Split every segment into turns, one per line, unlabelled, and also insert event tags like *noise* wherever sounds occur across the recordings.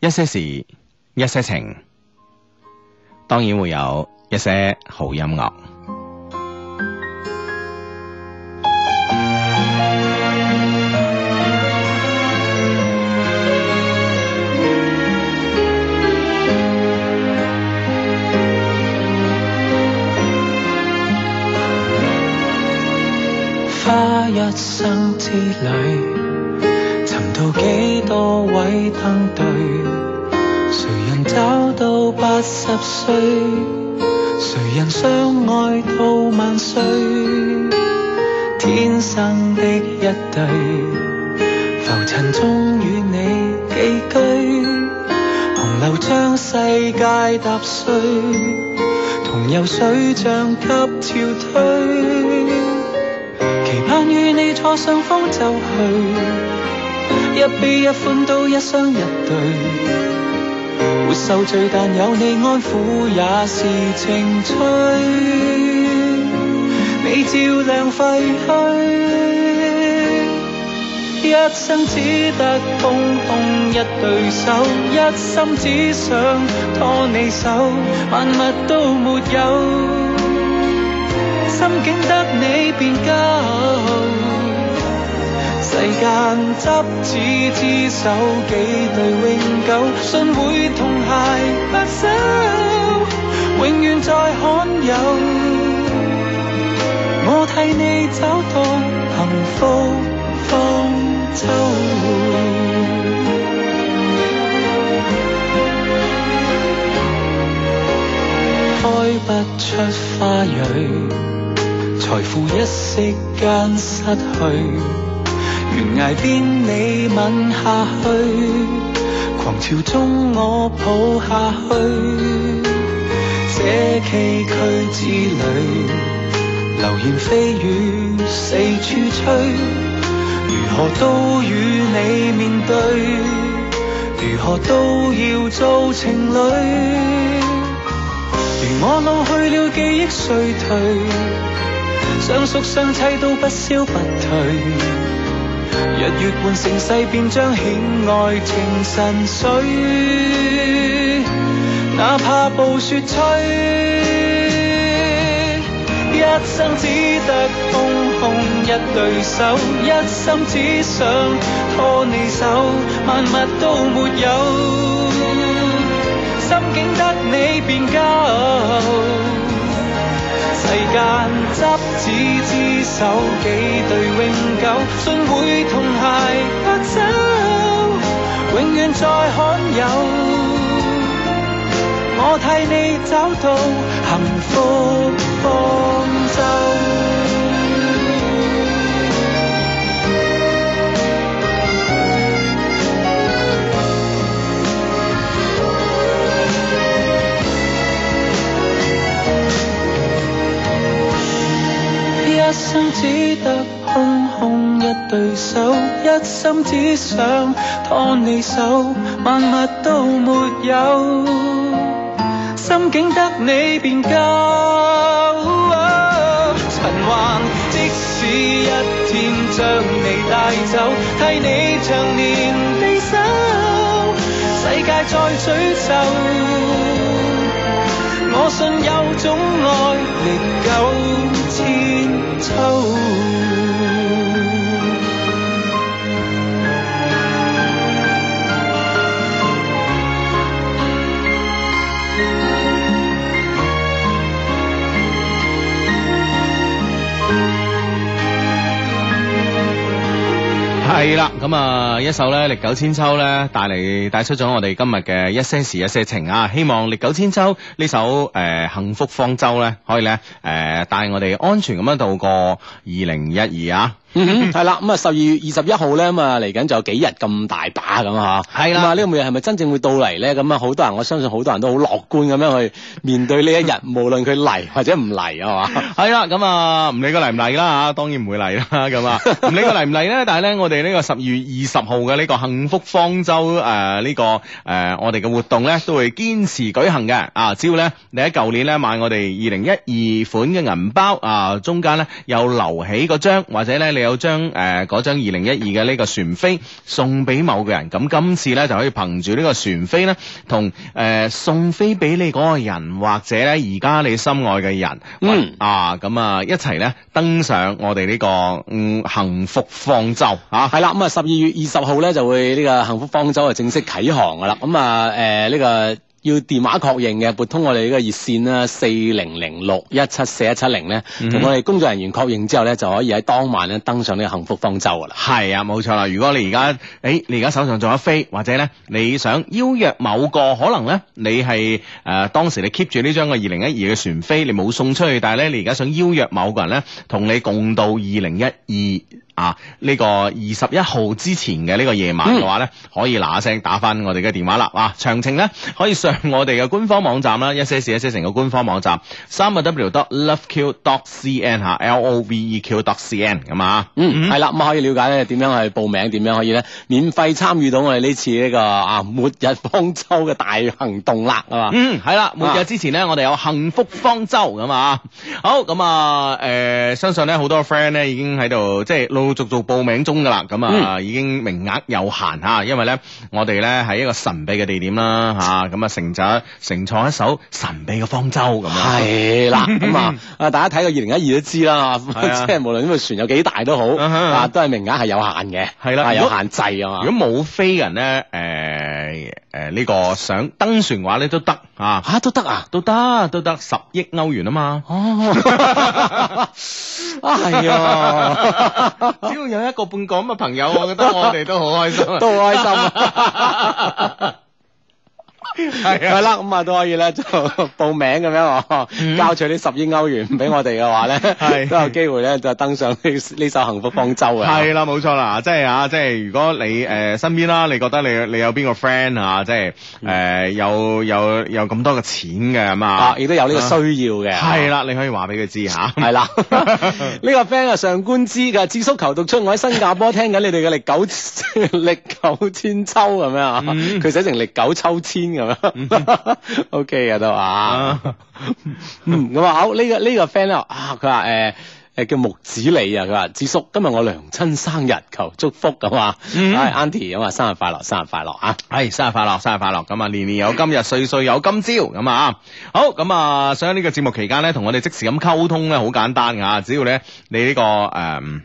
一些事，一些情，當然會有一些好音樂。
花一生之旅，尋到幾多位登對，誰人找到八十歲？誰人相愛到萬歲？天生的一對，浮塵中與你寄居，洪流將世界踏碎，同游水像急潮退。期盼與你坐上方舟去，一悲一歡都一雙一對。沒受罪，但有你安撫也是情趣。你照亮廢墟，一生只得空空一對手，一心只想拖你手，萬物都沒有。心境得你便夠，世間執子之手，幾對永久，信會同偕白首，永遠在罕有。我替你找到幸福方舟。開不出花蕊，財富一息間失去。懸崖邊你吻下去，狂潮中我抱下去。這崎嶇之旅，流言蜚語四處吹，如何都與你面對，如何都要做情侶。我老去了，記憶衰退，相熟相砌都不消不退。日月換盛世，便彰顯愛情神水。哪怕暴雪吹，一生只得空空一對手，一心只想拖你手，萬物都沒有。心境得你便夠，世間執子之手，幾對永久，信會同偕白首，永遠在罕有。我替你找到幸福方舟。一生只得空空一對手，一心只想拖你手，萬物都沒有，心境得你便夠。哦塵寰即使一天將你帶走，替你長年地守，世界在詛咒。我信有種愛歷久千秋。
係啦，咁啊，一首咧《歷久千秋》咧，帶嚟帶出咗我哋今日嘅一些事一些情啊！希望《歷久千秋》呢首誒、呃幸福方舟咧，可以咧誒、呃、帶我哋安全咁樣度過二零一二啊！
嗯 *laughs* 哼，係啦，咁啊十二月二十一號咧，咁啊嚟緊就有幾日咁大把咁啊，
係啦
咁啊呢個每日係咪真正會到嚟咧？咁啊好多人，我相信好多人都好樂觀咁樣去面對呢
*laughs*
一日，無論佢嚟或者唔嚟啊嘛。
係啦，咁啊唔理佢嚟唔嚟啦吓，當然唔會嚟啦咁啊，唔理佢嚟唔嚟咧，但係咧我哋呢個十二月二十號嘅呢個幸福方舟誒呢、個誒、呃我哋嘅活動咧都會堅持舉行嘅啊，只要咧你喺舊年咧買我哋二零一二款嘅銀包啊，中間咧有留起個章，或者咧你有張诶嗰張二零一二嘅呢個船飛送俾某個人，咁今次咧就可以憑住呢個船飛咧，同誒、呃送飛俾你嗰個人，或者咧而家你心愛嘅人，
嗯
啊咁啊一齊咧登上我哋呢、個嗯幸福方舟啊！
系啦，咁啊十二月二十號咧就會呢個幸福方舟啊正式啟航噶啦，咁啊诶呢個要電話確認嘅，撥通我哋呢個熱線啦，四零零六一七四一七零咧，
嗯
同我哋工作人員確認之後咧，就可以喺當晚咧登上呢個幸福方舟噶啦。
係啊，冇錯啦。如果你而家，诶、你而家手上仲有飛，或者咧，你想邀約某個可能咧，你係诶、呃、当时你 keep 住呢張嘅二零一二嘅船飛，你冇送出去，但係咧，你而家想邀約某個人咧，同你共度二零一二。啊！呢、個二十一號之前嘅呢個夜晚嘅話咧，可以嗱嗱聲打翻我哋嘅電話啦！啊，詳情咧可以上我哋嘅官方網站啦，一些事一些情嘅官方網站，三個 W dot loveq dot cn 吓，L O V E Q dot cn 咁啊，
嗯，係啦，咁可以了解咧點樣去報名，點樣可以咧免費參與到我哋呢次呢、個啊末日方舟嘅大行動啦，係嘛？
嗯，系啦，末日之前咧，我哋有幸福方舟咁啊。好，咁啊，诶、相信咧好多 friend 咧已經喺度即係陸陸續續報名中噶啦。咁啊，已經名額有限吓，因為咧我哋咧喺一個神秘嘅地點啦吓，咁啊乘咗乘坐一艘神秘嘅方舟咁啊。
系啦，
*laughs*
咁啊，啊大家睇過二零一二都知啦，
係啊
*laughs* 即係無論呢個船有幾大都好，
嗯哼
啊都係名額係有限嘅，
係啦
啊
如
有
果
限制啊嘛
如。果冇飛嘅人咧，诶诶呢個想登船嘅話咧都得啊，
吓都
*laughs*
得啊！ *laughs*
都得都得十億歐元啊嘛。
哦，啊係啊，
*laughs* 只要有一個半個咁嘅朋友，我覺得我哋都好開心 *laughs* 啊。
都好開心啊！
系
係啦，咁啊都可以咧就報名咁樣
嗯
喎，交取呢十億歐元俾我哋嘅話咧，
係
都有機會咧就登上呢呢首幸福方舟啊！
系啦，冇錯啦，即係啊，即係如果你誒、呃身邊啦，你覺得你你有邊個 friend 啊，即係誒、呃有有有咁多嘅錢嘅咁
啊
啊，，
亦都啊有呢個需要嘅。
係啦，你可以話俾佢知嚇。*laughs*
系啦，呢個 friend 啊上官之嘅智叔求讀出，我喺新加坡聽緊你哋嘅歷九 *laughs* 歷九千秋咁樣啊，
嗯
佢寫成歷九秋千咁樣 *laughs* ，OK 嘅都啊，
啊
嗯咁啊好呢個呢個 friend 咧啊佢話誒。誒叫木子李啊，佢話智叔今日我娘親生日，求祝福咁啊，
嗯
唉 Auntie 咁啊，生日快樂，生日快樂啊！
系生日快樂，生日快樂！咁啊，年年有今日，歲歲有今朝咁啊！好咁啊，想喺呢個節目期間咧，同我哋即時咁溝通咧，好簡單噶，只要咧你呢、個诶。嗯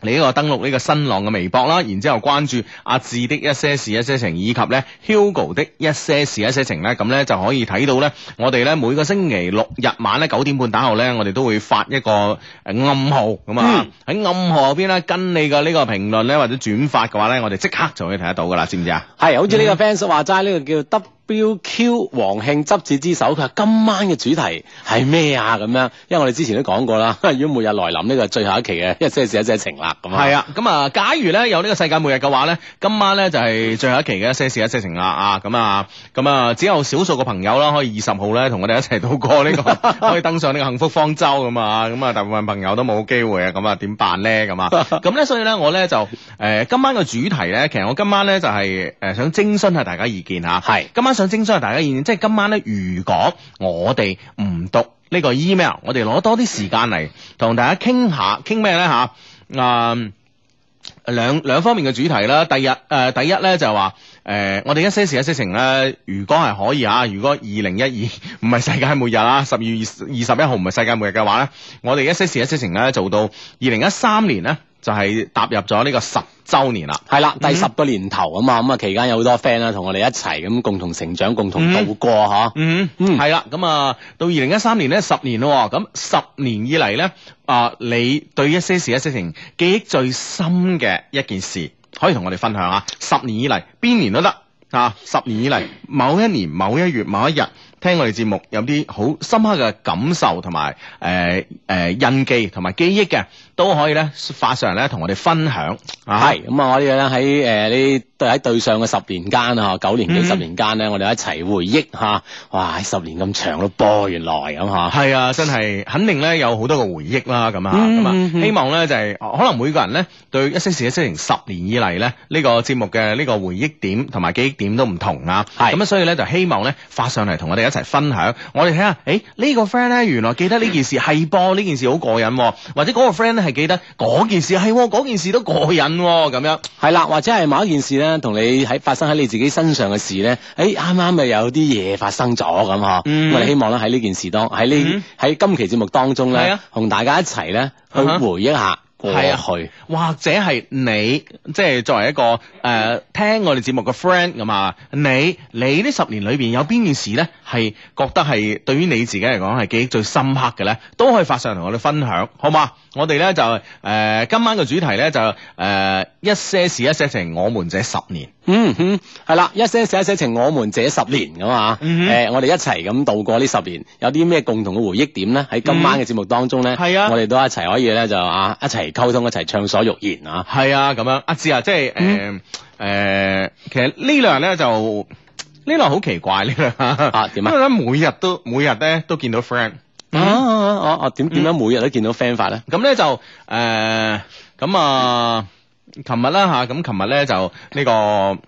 你呢個登錄呢個新浪嘅微博啦，然之後關注阿志的一些事一些情，以及咧 Hugo 的一些事一些情咧，咁咧就可以睇到咧，我哋咧每個星期六日晚咧九點半打後咧，我哋都會發一個呃暗號咁啊，喺、暗號後邊咧跟你嘅呢個評論咧或者轉發嘅話咧，我哋即刻就可以睇得到噶啦，知唔知啊？
係，好似呢個 fans 話齋，呢、個叫 WQ 黃慶執子之手，佢話今晚嘅主題係咩啊？咁樣，因為我哋之前都講過啦，如果末日來臨呢個係最後一期嘅一些事一些情啦，咁啊，
系，啊，咁啊，假如咧有呢個世界末日嘅話咧，今晚咧就係最後一期嘅一些事一些情啦啊，咁啊，咁啊，只有少數嘅朋友啦，可以二十號咧同我哋一齊度過呢、個，
*laughs*
可以登上呢個幸福方舟咁啊，咁啊，大部分朋友都冇機會啊，咁啊點辦咧咁啊，咁咧所以咧我咧就誒、呃今晚嘅主題咧，其實我今晚咧就係、呃想徵詢下大家意見啊嚇。
係
今晚想徵詢下大家意見，即係今晚咧，如果我哋唔讀呢個 email，我哋攞多啲時間嚟同大家傾下，傾咩咧吓，啊、兩兩方面嘅主題啦，第日誒、呃第一咧就係話誒，我哋一些事一些情咧，如果係可以啊，如果二 *laughs* 零一二唔係世界末日啊，十二月二十一號唔係世界末日嘅話咧，我哋一些事一些情咧做到二零一三年咧就係、踏入咗呢個十週年啦。
係啦，第十個年頭啊嘛，咁啊期間有好多 friend 啦，同我哋一齊咁共同成長，共同度過嗬。
嗯，
嗯
係啦，咁啊，到二零一三年咧，十年咯喎，咁十年以嚟咧，啊、你對一些事一些情記憶最深嘅一件事，可以同我哋分享下。十年以嚟，邊年都得啊！十年以嚟，某一年、某一月、某一日，聽我哋節目有啲好深刻嘅感受同埋誒誒印記同埋記憶嘅，都可以咧發上嚟咧同我哋分享。啊，
係咁啊！我哋咧喺誒呢對喺對上嘅十年間啊，九年幾
嗯
十年間咧，我哋一齊回憶嚇，哇！十年咁長咯噃，原來咁嚇。
係啊，真係肯定咧有好多嘅回憶啦，咁啊，
嗯
咁啊
嗯，嗯
希望咧就係哦可能每個人咧對一些事一些情十年以嚟咧呢個節目嘅呢個回憶點同埋記憶點都唔同啊，
係
咁啊，所以咧就希望咧發上嚟同我哋一齊分享。我哋睇下，誒呢個 friend 咧，原來記得呢件事係噃，呢件事好過癮喎，或者嗰個 friend 咧係記得嗰件事係喎，嗰件事都過癮喎，咁樣。
係啦，或者係某一件事咧，同你喺發生喺你自己身上嘅事咧，誒啱啱咪有啲嘢發生咗咁嗬，
嗯
我哋希望咧喺呢件事當喺呢喺今期節目當中
係
咧
啊，
同大家一齊咧去
嗯哼
回憶下過
係啊
去。
或者係你即係作為一個誒、呃、聽我哋節目嘅 friend 咁啊，你你呢十年裏邊有邊件事咧係覺得係對於你自己嚟講係記憶最深刻嘅咧，都可以發上嚟同我哋分享，好嘛？我哋咧就誒、呃今晚嘅主題咧就誒、呃一些事一些情，我們這十年。
嗯哼，係啦，一些事一些情，我們這十年咁啊，誒、
嗯哼
我哋一齊咁度過呢十年，有啲咩共同嘅回憶點咧？喺今晚嘅節目當中咧，
嗯係啊
我哋都一齊可以咧就啊一齊溝通，一齊暢所欲言啊！
係啊，咁樣阿志啊，即係
嗯
誒誒，其實呢兩日咧就呢兩日好奇怪呢兩日啊
點啊
因為咧每日都每日咧都見到 friend。
啊啊啊啊！點點解每日都見到 friend 發咧？
咁咧就誒咁、啊，琴日啦吓，咁琴日咧就呢、個。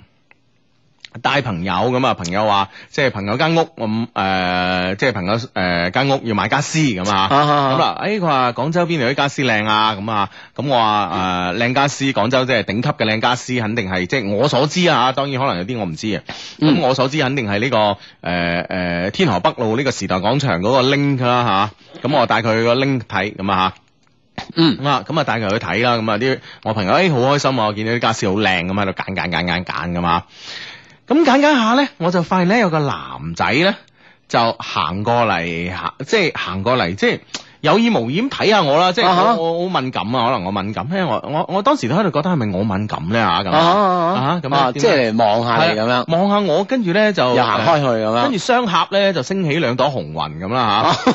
帶朋友咁啊，朋友話即係朋友間屋咁誒、即係朋友誒間、屋要買家私咁啊，
啊啊
咁啦，誒佢話廣州邊度啲家私靚啊，咁啊，咁我話呃誒靚家私，廣州即係頂級嘅靚家私，肯定係即係我所知啊，當然可能有啲我唔知啊，咁、
嗯
我所知肯定係呢、個誒誒、天河北路呢個時代廣場嗰個 link 啦吓，咁、我帶佢去個 link 睇咁啊吓。
嗯，
咁啊，咁啊帶佢去睇啦，咁啊啲我朋友誒好、開心啊，我見到啲家私好靚咁喺度揀揀揀揀揀咁啊，咁揀揀下咧，我就發現咧有個男仔咧就行過嚟，行即係行過嚟，即係有意無意咁睇下我啦，即係
啊哈
我我好敏感啊，可能我敏感，因為我我我當時都喺度覺得係咪我敏感咧嚇咁
啊
啊
啊
啊
咁
咁
啊，
啊
即係望下你咁
係啊
樣，
望下我，跟住咧就呃
又行開去咁
跟住
樣。
雙頰咧就升起兩朵紅雲咁啦
啊
嚇，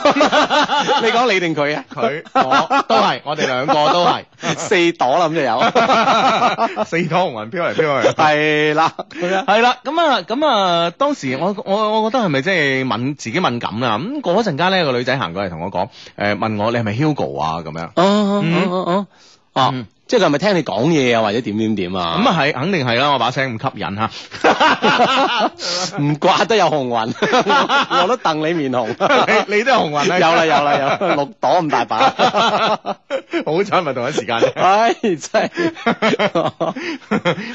你講你定佢啊？
佢我都係，我哋兩個都係。
四朵啦，咁就有。 *laughs*
四朵紅雲飄嚟飄去。
係啦，咁樣。
係啦，咁啊，咁啊，當時我我我覺得係咪即係敏自己敏感啦？咁嗰陣間咧，個女仔行過嚟同我講，誒、問我你係咪 Hugo 啊？咁樣，
哦哦哦哦，哦
嗯，
即係佢係咪聽你講嘢啊，或者點點點啊？
咁啊係，肯定係啦，我把聲咁吸引嚇。
*laughs* 唔怪得有紅雲， *laughs* 我我都戥你面紅。
*laughs* 你你都有紅雲
有
啊？
啦有啦有啦，六朵咁
*laughs*
大把。
好彩唔係同一時間啫。 *laughs*
唉，真係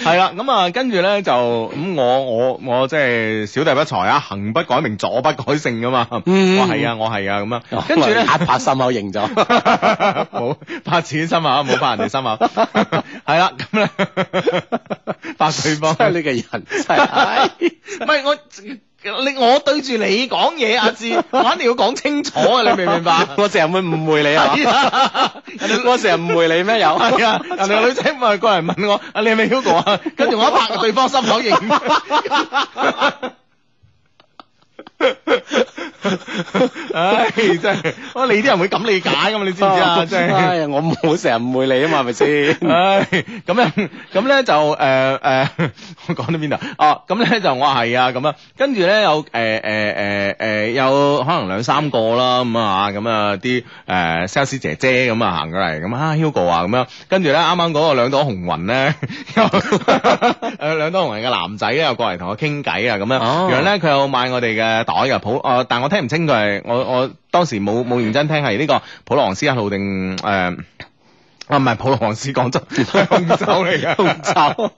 係啦，咁啊，跟住咧就咁，我我我即係小弟不才啊，行不改名，坐不改姓噶嘛。
嗯哦
我係啊，我係啊，咁啊，跟住咧。
壓拍心口
*laughs*
認咗。
冇拍自己心口，冇拍人哋心 *laughs* 口，係啦，咁咧拍對方，
真係呢個人真係，
*laughs*
唉
唔係我你我對住你講嘢，阿 *laughs* 志，我一定要講清楚啊，你明唔明白？
我成日會誤會你啊！我成日誤會你咩有？
係啊，人哋個女仔咪過嚟問我，啊你係咪 Hugo 啊？跟住我一拍對方心口 *laughs* 認。唉，真係，我你啲人會咁理解噶嘛？你 *laughs* 知唔知啊？真係。
哦唉，我冇成日誤會你啊嘛，係咪先？
*laughs* 唉，咁咧，咁咧就誒誒、呃呃我講到邊度？哦，咁咧就我話係啊，咁啊，跟住咧有誒誒誒誒，有可能兩三個啦，咁啊，咁啊啲誒 sales 姐姐咁啊行過嚟，咁啊 Hugo 啊咁樣，跟住咧啱啱嗰個兩朵紅雲咧，又誒兩朵紅雲嘅男仔咧又過嚟同我傾偈啊，咁樣，
哦
然後咧佢又買我哋嘅袋嘅普，哦，但我聽唔清佢係我我當時冇冇認真聽係呢個普羅旺斯一號定誒。呃啊，唔係 *laughs* 普羅旺斯廣州，係紅酒嚟嘅，紅酒，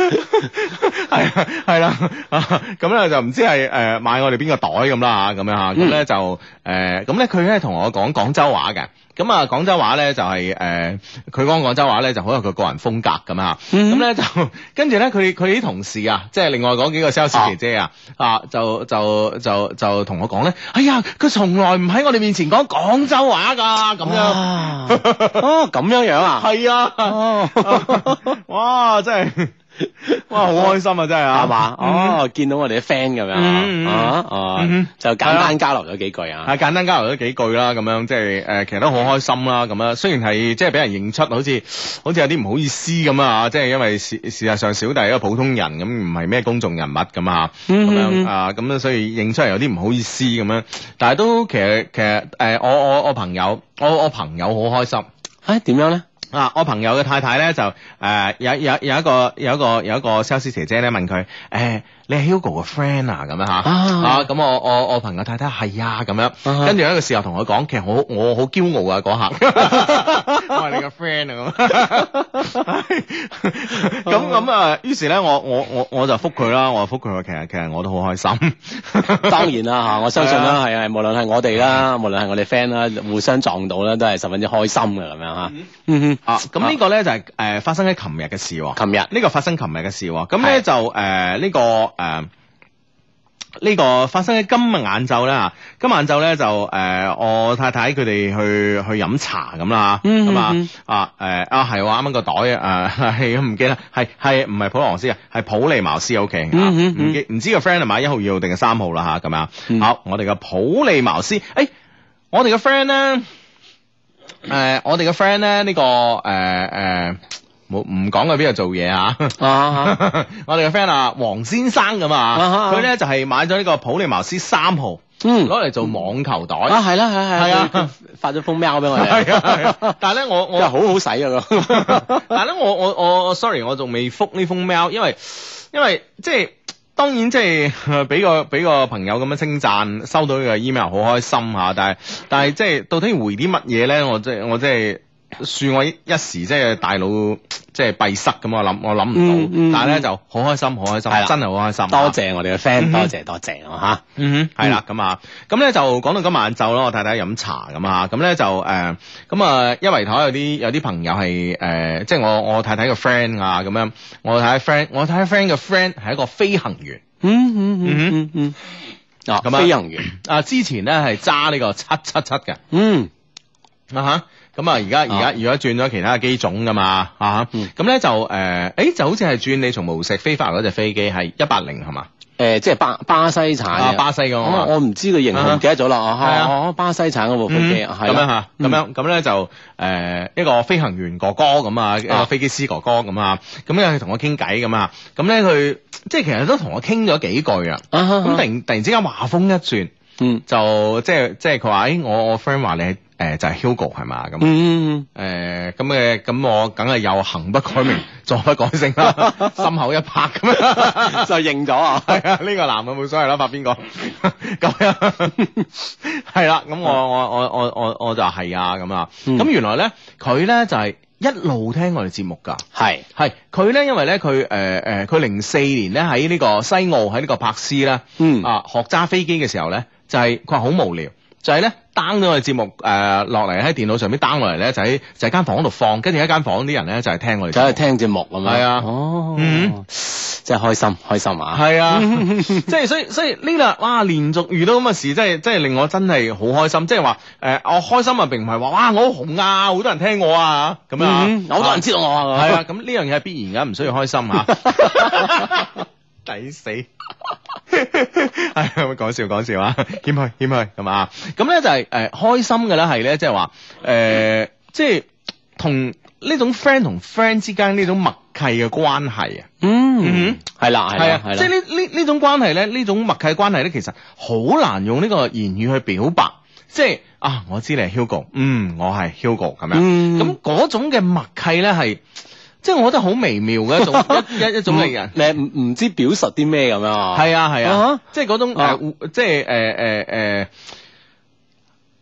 係啊係啦， *laughs* 啊咁咧就唔知係誒買我哋邊個袋咁啦嚇，咁樣嚇，咁咧就誒咁咧佢咧同我講廣州話嘅。咁啊，廣州話咧就係、誒，佢講廣州話咧就好有佢個人風格咁啊。
嗯
咁咧、就 *laughs* 跟住咧，佢佢啲同事啊，即係另外嗰幾個 sales 姐姐啊，啊就就就就同我講咧，哎呀，佢從來唔喺我哋面前講廣州話㗎，咁樣。
啊，哦咁樣樣啊，
*laughs* 系啊，
哦，
*laughs* 哇，真系，哇，好開心啊，真係啊，
係嘛，哦，見到我哋啲 friend 咁樣
嗯嗯
啊，啊哦
嗯，
就簡單交流咗幾句
嗯？
啊，
係簡單交流咗幾句啦，咁樣即係誒，其實都好開心啦，咁樣雖然係即係俾人認出，好似好似有啲唔好意思咁啊，即係因為事事實上小弟係一個普通人咁，唔係咩公眾人物咁啊，咁
嗯嗯嗯
樣啊，咁樣所以認出嚟有啲唔好意思咁樣，但係呃都其實其實誒，我我我朋友，我我朋友好開心。
唉，點樣咧？
啊，我朋友嘅太太咧就誒、呃有有有一個有一個有一個 sales 姐姐咧問佢誒、呃你係 Hugo 嘅 friend 啊咁樣嚇
啊
啊咁我我我朋友太太係啊咁樣，
哈
跟住咧個事後同我講，其實我好我好驕傲啊嗰 *laughs* 下，我係你個 friend 啊咁， *laughs* 咁咁啊，於是咧我我我我就覆佢啦，我就覆佢話其實其實我都好開 *laughs* 心，
當然啦嚇，
*laughs*
我相信啦，係啊，無論係我哋啦，
嗯
無論係我哋 friend 啦，互相撞到啦，都係十分之開心嘅咁樣嚇。嗯
啊咁呢個咧就係誒發生喺琴日嘅事喎
哼，。琴日
呢個發生琴日嘅事喎，咁咧就誒呃呢、個誒。呢個發生喺今日晏晝啦，今晏晝咧就誒、我太太佢哋去去飲茶咁啦，
嗯
咁啊
嗯
啊誒啊係喎，啱啱個袋啊 *laughs* 誒係唔記得係係唔係普羅旺斯啊，係普利茅斯 OK 啊
嗯嗯嗯
唔記唔知個 friend 係買一號、二號定係三號啦嚇咁
嗯
樣。好，我哋嘅普利茅斯，誒、哎我哋嘅 friend 咧。誒、我哋嘅 friend 咧，呢、個誒誒，冇唔講佢邊度做嘢啊！
*laughs* 啊，
*laughs* 我哋嘅 friend 啊，黃先生咁
啊哈
啊，佢咧就係買咗呢個普利茅斯三號，
嗯
攞嚟做網球袋。
啊係啦係啦係
係
啦
啊，
佢發咗封 mail 俾
*laughs*
我
係啊
哋，
係啊，但係咧我
*laughs* 真係
我，
好好使啊咁。
*laughs* 但係咧我我我我 sorry，我仲未覆呢封 mail，因為因為即係。當然即係呃俾個俾個朋友咁樣稱讚，收到佢嘅 email 好開心嚇，但係但係即係到底要回啲乜嘢咧？我即係我即係恕我一一時即係大腦即係閉塞咁，我諗我諗唔到，
嗯嗯
但係咧就好開心，好開心
係啦，
真係好開心。
多謝我哋嘅 friend，
嗯哼
多謝多謝啊
嗯哼，係啦，咁啊，咁咧就講到今晚晝啦，我太太飲茶咁啊，咁咧就誒，咁啊一圍台有啲有啲朋友係誒，即係我我太太個 friend 啊，咁樣，我太太 friend，我太太 friend 嘅 friend 係一個飛行員
嗯嗯嗯嗯嗯，啊
咁啊
飛行員，
啊，之前咧係揸呢個七七七嘅
嗯
啊嚇，咁啊而家而家而家轉咗其他嘅機種噶嘛啊嚇，
嗯
咁咧就誒，誒就好似係轉你從無錫飛翻嚟嗰只飛機係一八零係嘛？
誒即係巴巴西產
啊
嘅
巴西嘅我
哦
話
我唔知個型號，
啊
唔記得咗啦。
係啊
哦，哦巴西產嗰部飛機，
嗯
啊係
咁樣
啦
嚇，咁樣咁咧就誒一個飛行員哥哥咁啊，一個飛機師哥哥咁啊，咁咧佢同我傾偈咁啊，咁咧佢即係其實都同我傾咗幾句啊，
啊哈
咁突
哈，
然突然之間話風一轉，
嗯
就即係即係佢話誒我我 friend 話你係誒就係 Hugo 係嘛咁。
嗯
誒咁嘅咁我梗係又行不改名，
*laughs*
坐不改姓啦，心口一拍咁樣。 *laughs*
嗯，就認咗啊。
係啊，呢、個男嘅冇所謂啦，發邊個咁樣係啦。咁我我我我我我就係啊咁啊。
啊嗯
咁、原來咧，佢咧就係、一路聽我哋節目㗎。
係，
係佢咧，因為咧佢誒誒，呃佢零四年咧喺呢個西澳喺呢個柏斯啦，
嗯
啊學揸飛機嘅時候咧，就係佢話好無聊，就係咧 down 咗個節目誒落嚟喺電腦上面 down 落嚟咧，就喺就喺間房度放，跟住喺間房啲人咧就係聽我哋節
走去
目。
聽節目咁樣。
係啊
哦，
嗯
真係開心，開心啊！
系
*laughs*
啊，即係所以所以呢啦，哇，連續遇到咁嘅事，真係真係令我真係好開心。即係話诶，誒我開心啊，並唔係話哇，我好紅啊，好多人聽我啊，咁樣啊
嗯，好多人知道我啊。
係啊，咁呢樣嘢係必然噶，唔需要開心吓。
*laughs*
抵死，係咁講笑講笑啊，謙虛謙虛咁啊。咁咧就係诶開心嘅咧係咧，即係話诶，即係同呢種 friend 同 friend 之間呢種默契嘅關係啊。
嗯
嗯，
係啦，係
係
啦
啊，，
係
即係
啦。
呢呢呢種關係咧，呢種默契關係咧，其實好難用呢個言語去表白。即係啊，我知你係 Hugo，嗯，我係 Hugo 咁樣。
嗯
咁嗰、種嘅默契咧係，即係我覺得好微妙嘅一
*laughs*
種一一一種令人。
你唔唔知表述啲咩咁樣啊？
係啊係
啊哈
啊，即係嗰種
啊
誒互即係誒誒誒。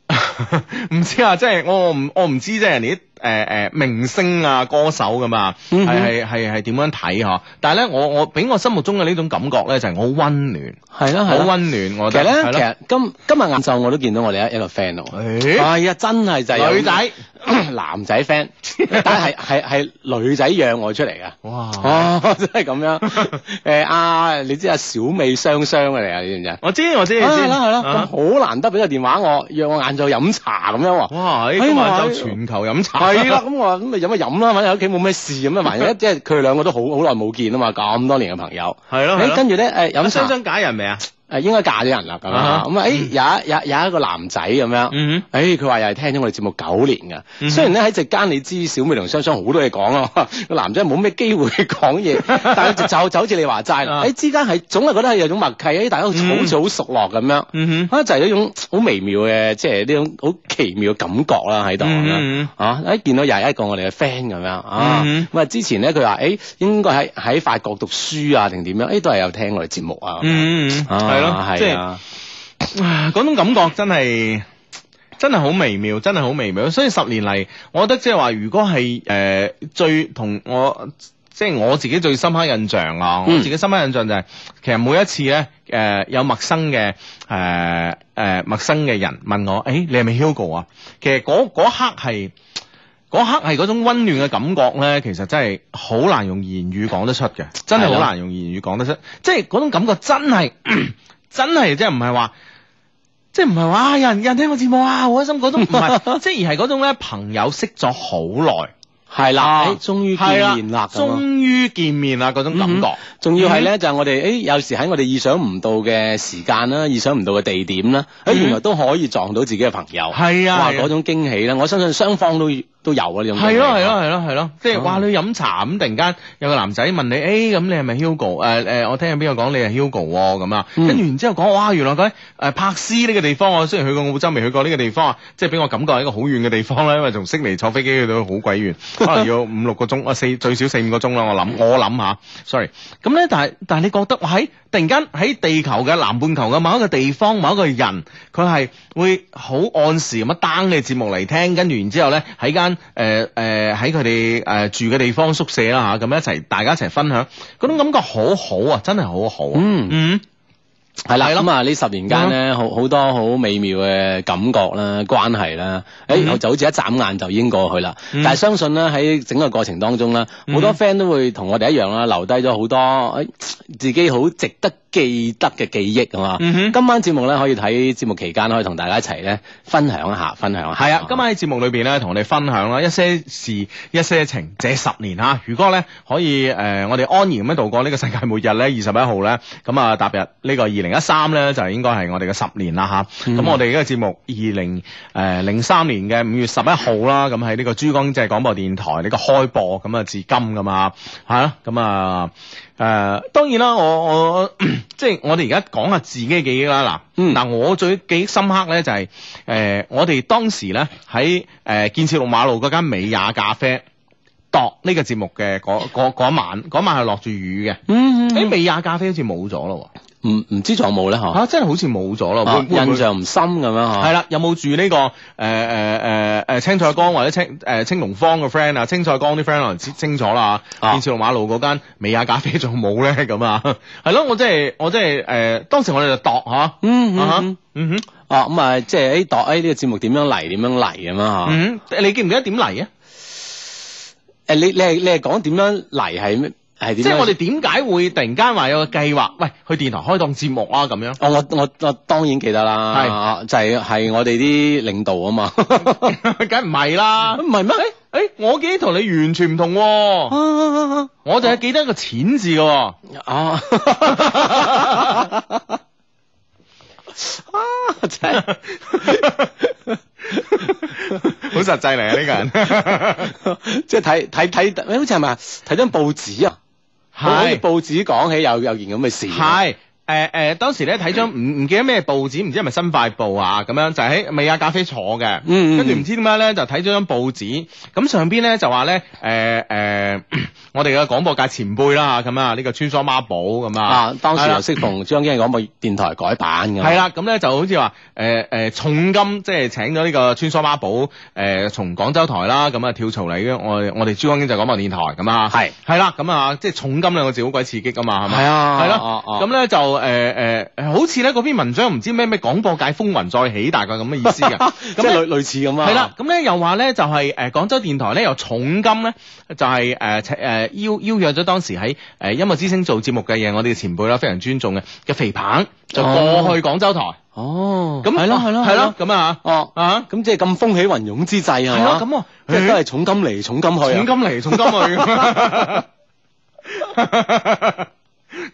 *laughs* 唔知啊，即係我唔我唔知即係人哋啲誒誒明星啊歌手咁啊，係
嗯哼
係係係點樣睇嗬？但係咧，我我俾我心目中嘅呢種感覺咧，就係我好温暖，
啊係啦，
好
係啦。
温暖，我
其
覺
實
得
咧，
係
其
咯
實今今日晏晝我都見到我哋一一個 friend 咯。
誒
係啊，真係就係有
女仔，
*clears throat* 男仔 friend，但係係係女仔約我出嚟嘅。
哇！
哦，真係
*laughs*
咁樣。誒、啊，你知啊，小美雙雙嘅嚟啊，你知唔知啊？
我知我知，
係
我知
啦係啦，
啊
咁好難得俾個電話我，約我晏晝飲茶咁樣喎。
哇！呢
哎
今晚
我
就
喺
全球飲茶，
*laughs* 係啊啦，咁我話咁咪飲咪飲啦，反正喺屋企冇咩事咁啊，
*laughs*
萬一即係佢哋兩個都好好耐冇見啊嘛，咁多年嘅朋友。
係咯，係
誒，
咯，
跟住咧誒飲
雙
茶，
雙假人未啊？
誒應該嫁咗人啦咁
啊
啊，咁啊誒有一有一有一個男仔咁樣。
嗯
诶，佢話又係聽咗我哋節目九年
嗯
㗎，雖然咧喺席間你知小美同雙雙好多嘢講咯， *laughs* 個男仔冇咩機會講
*laughs*
嘢，但係就就就好似你話齋
啊
啦，喺之間係總係覺得係有種默契，誒大家好似
嗯
好似好熟絡咁樣，
嗯哼，
啊就係一種好微妙嘅，即係呢種好奇妙嘅感覺啦喺度咁樣
嗯
啊！一見到又係一個我哋嘅 friend 咁樣啊，
嗯
咁啊之前咧佢話誒應該喺喺法國讀書啊定點樣，誒都係有聽我哋節目啊，
嗯，系
啊
咯，即
係
系。
啊，
啊嗰種感覺真係真係好微妙，真係好微妙。所以十年嚟，我覺得即係話，如果係誒、呃最同我即係我自己最深刻印象啊，
嗯
我自己深刻印象就係、其實每一次咧誒、呃有陌生嘅誒誒陌生嘅人問我，誒、你係咪 Hugo 啊？其實嗰嗰刻係。嗰刻係嗰種温暖嘅感覺咧，其實真係好難用言語講得出嘅，真係
係
好
咯
難用言語講得出。即係嗰種感覺真係 *clears throat* 真係即係唔係話，即係唔係話啊有人有人聽我節目啊，好開心嗰種唔
*laughs*
係，即係而係嗰種咧朋友識咗好耐，
係啦，
啊
誒終於
係
見面啦，咁啊嗯
終嗯於見面啦嗰種感覺，
仲要係咧，就係我哋誒有時喺我哋意想唔到嘅時間啦，意想唔到嘅地點啦，誒
嗯
原來都可以撞到自己嘅朋友，
係啊
哇
係啊
嗰種驚喜啦，我相信雙方都都有啊呢種驚喜，
係咯係咯係咯係咯，即係
嗯
哇！你飲茶咁，突然間有個男仔問你，誒咁你係咪 Hugo？誒誒，我聽邊個講你係 Hugo 喎咁啊，
嗯
跟住然之後講，哇！原來佢誒柏斯呢個地方，我雖然去過澳洲，未去過呢個地方啊，即係俾我感覺係一個好遠嘅地方啦，因為從悉尼坐飛機去到好鬼遠，可能要五六個鐘，啊四最少四五個鐘啦，我諗我諗下，sorry。咁咧，但係但係你覺得哇喺突然間喺地球嘅南半球嘅某一個地方某一個人，佢係會好按時咁樣 down 你節目嚟聽，跟住然之後咧喺間誒誒喺佢哋誒住嘅地方宿舍啦嚇，咁一齊大家一齊分享，嗰種感覺好好啊，真係好好啊，
嗯
嗯
係啦，
係咯嗯
咁啊呢十年間咧，好好多好美妙嘅感覺啦、關係啦，
嗯
誒就好似一眨眼就已經過去啦。
嗯
但係相信咧喺整個過程當中咧，好多 friend 都會同我哋一樣啦，留低咗好多誒自己好值得記得嘅記憶啊嘛。
嗯哼
今晚節目咧可以睇節目期間可以同大家一齊咧分享一下，分享一下。
係啊，今晚喺節目裏邊咧，同我哋分享啦一些事、一些情，這十年嚇。如果咧可以誒、呃我哋安然咁樣度過呢個 *laughs* 世界末日咧，二十一號咧，咁啊踏入呢個二零一三咧，就應該係我哋嘅十年啦吓，咁、我哋呢個節目二零誒零三年嘅五月十一號啦，咁喺呢個珠江經濟廣播電台呢個開播，咁啊至今咁啊，係啦，咁啊誒當然啦，我我 *coughs* 即係我哋而家講下自己嘅記憶啦，嗱、
嗯
嗱我最記憶深刻咧就係、誒、我哋當時咧喺誒建設路馬路嗰間美雅咖啡度呢個節目嘅嗰嗰嗰晚，嗰晚係落住雨嘅。
嗯，
誒、
嗯
美雅咖啡好似冇咗咯
嗯唔唔知仲有冇咧
喎，
嗬？
嚇、啊真係好似冇咗咯，
啊
會會唔會
印象唔深咁樣嗬。
係啦，有冇住呢、個呃誒誒誒誒呃青菜江或者青誒、呃青龍坊嘅 friend 啊？青菜江啲 friend 可能知清楚啦，
啊
建設路馬路嗰間美雅咖啡仲有冇咧咁啊？ *laughs* 係咯，我真係我真係誒、呃當時我哋就度嚇，啊
嗯，嗯
哈
嗯
嗯哼，
哦咁啊，即係誒度誒呢個節目點樣嚟，點樣嚟咁樣嗬。
嗯哼，你記唔記得點嚟啊？
誒你你係你係講點樣嚟係咩？係點樣？
即係我哋點解會突然間話有個計劃，喂，去電台開檔節目啊咁樣？ *laughs*
哦，我我我當然記得
係
啦，啊就係係我哋啲領導啊嘛，
梗啊唔係啦，
唔係咩？
誒、我記憶同你完全唔同喎、
嗯啊
我就係記得一個錢字嘅、喎。
*laughs* 啊！
啊
真係
好實際嚟啊！呢個 *laughs* 人
即係睇睇睇，誒好似係咪啊睇張報紙啊？好似
係
報紙講起有有件咁嘅事。啊
係。誒誒、當時咧睇張唔唔記得咩報紙，唔知係咪《新快報》啊，咁樣就喺美亞咖啡坐嘅，
嗯嗯
跟住唔知點解咧就睇咗張報紙，咁上邊咧就話咧誒誒， *coughs* 我哋嘅廣播界前輩啦咁啊，呢、個穿梭孖寶咁
啊，當時
係啦
又適逢張經理廣播電台改版咁。啊
係，啦，咁咧就好似話誒誒重金即係請咗呢個穿梭孖寶誒、呃、從廣州台啦，咁啊跳槽嚟嘅我哋我哋珠江經濟廣播電台咁啊，
係
係啦，咁啊即係重金兩個字好鬼刺激噶嘛，係咪？
係啊，
係
哦
咯，
哦
咁咧就誒誒，好似咧嗰篇文章唔知咩咩廣播界風雲再起，大概咁嘅意
*laughs*
思嘅。
即
咁咧
係類類似咁啊。
係啦，，咁咧又話咧就係誒廣州電台咧有重金咧就係誒請誒呃邀邀約咗當時喺誒音樂之聲做節目嘅嘢，我哋嘅前輩啦，非常尊重嘅嘅肥棒就過去廣州台，
哦，
咁
係咯係咯
係咯，咁啊
哦，
啊
咁即係咁風起雲湧之際
係
係嘛？
咯，咁啊
即係都係重金啊嚟重金去啊。
重金嚟重金去。 *laughs*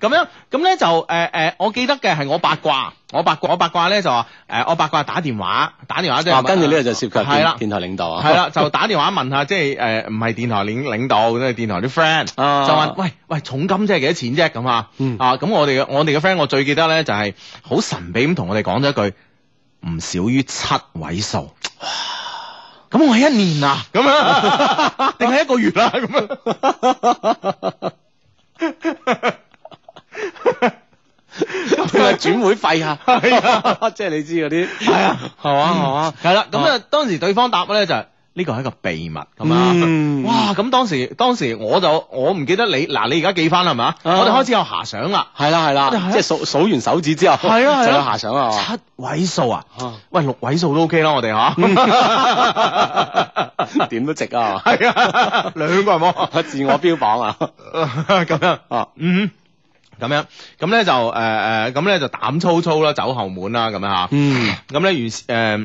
咁樣咁咧就誒誒、呃呃我記得嘅係我八卦，我八卦我八卦咧就話誒、呃我八卦打電話打電話即係
啊，跟住呢個就涉及
係啦
電電台領導啊，
*laughs* 係啦，就打電話問下，即係誒唔係電台領領導，即係電台啲 friend，
啊
就
*laughs*
問喂喂重金即係幾多錢啫咁啊
嗯？
啊咁我哋嘅我哋嘅 friend 我最記得咧就係好神秘咁同我哋講咗一句唔少於七位數。咁我係一年啊，咁樣
*laughs*
定係一個月啊，咁樣。
佢話轉會費啊，
*laughs* 係
*laughs* 啊， *laughs* 即係你知嗰啲
系啊，系嘛
係嘛
系啦。咁啊，當時對方答咧就係呢個係一個秘密咁
嗯
啊。哇！咁當時當時我就我唔記得你嗱，你而家記翻啦係嘛？
啊
我哋開始有遐想啦，
係啦係啦， *laughs* 即係數數完手指之後，
係啊係啊
就有遐想啊，係嘛
七位數啊
啊，嗯
喂六位數都 OK 啦，我哋吓。
點都值啊，係
*laughs* 係啊，兩個人喎 *laughs*
嘛 *laughs* 自我標榜啊，
咁樣
啊，
嗯。咁樣，咁咧就誒誒，呃咁、咧就膽粗粗啦，走後門啦，咁樣嚇。
嗯，
咁咧，於是誒、呃，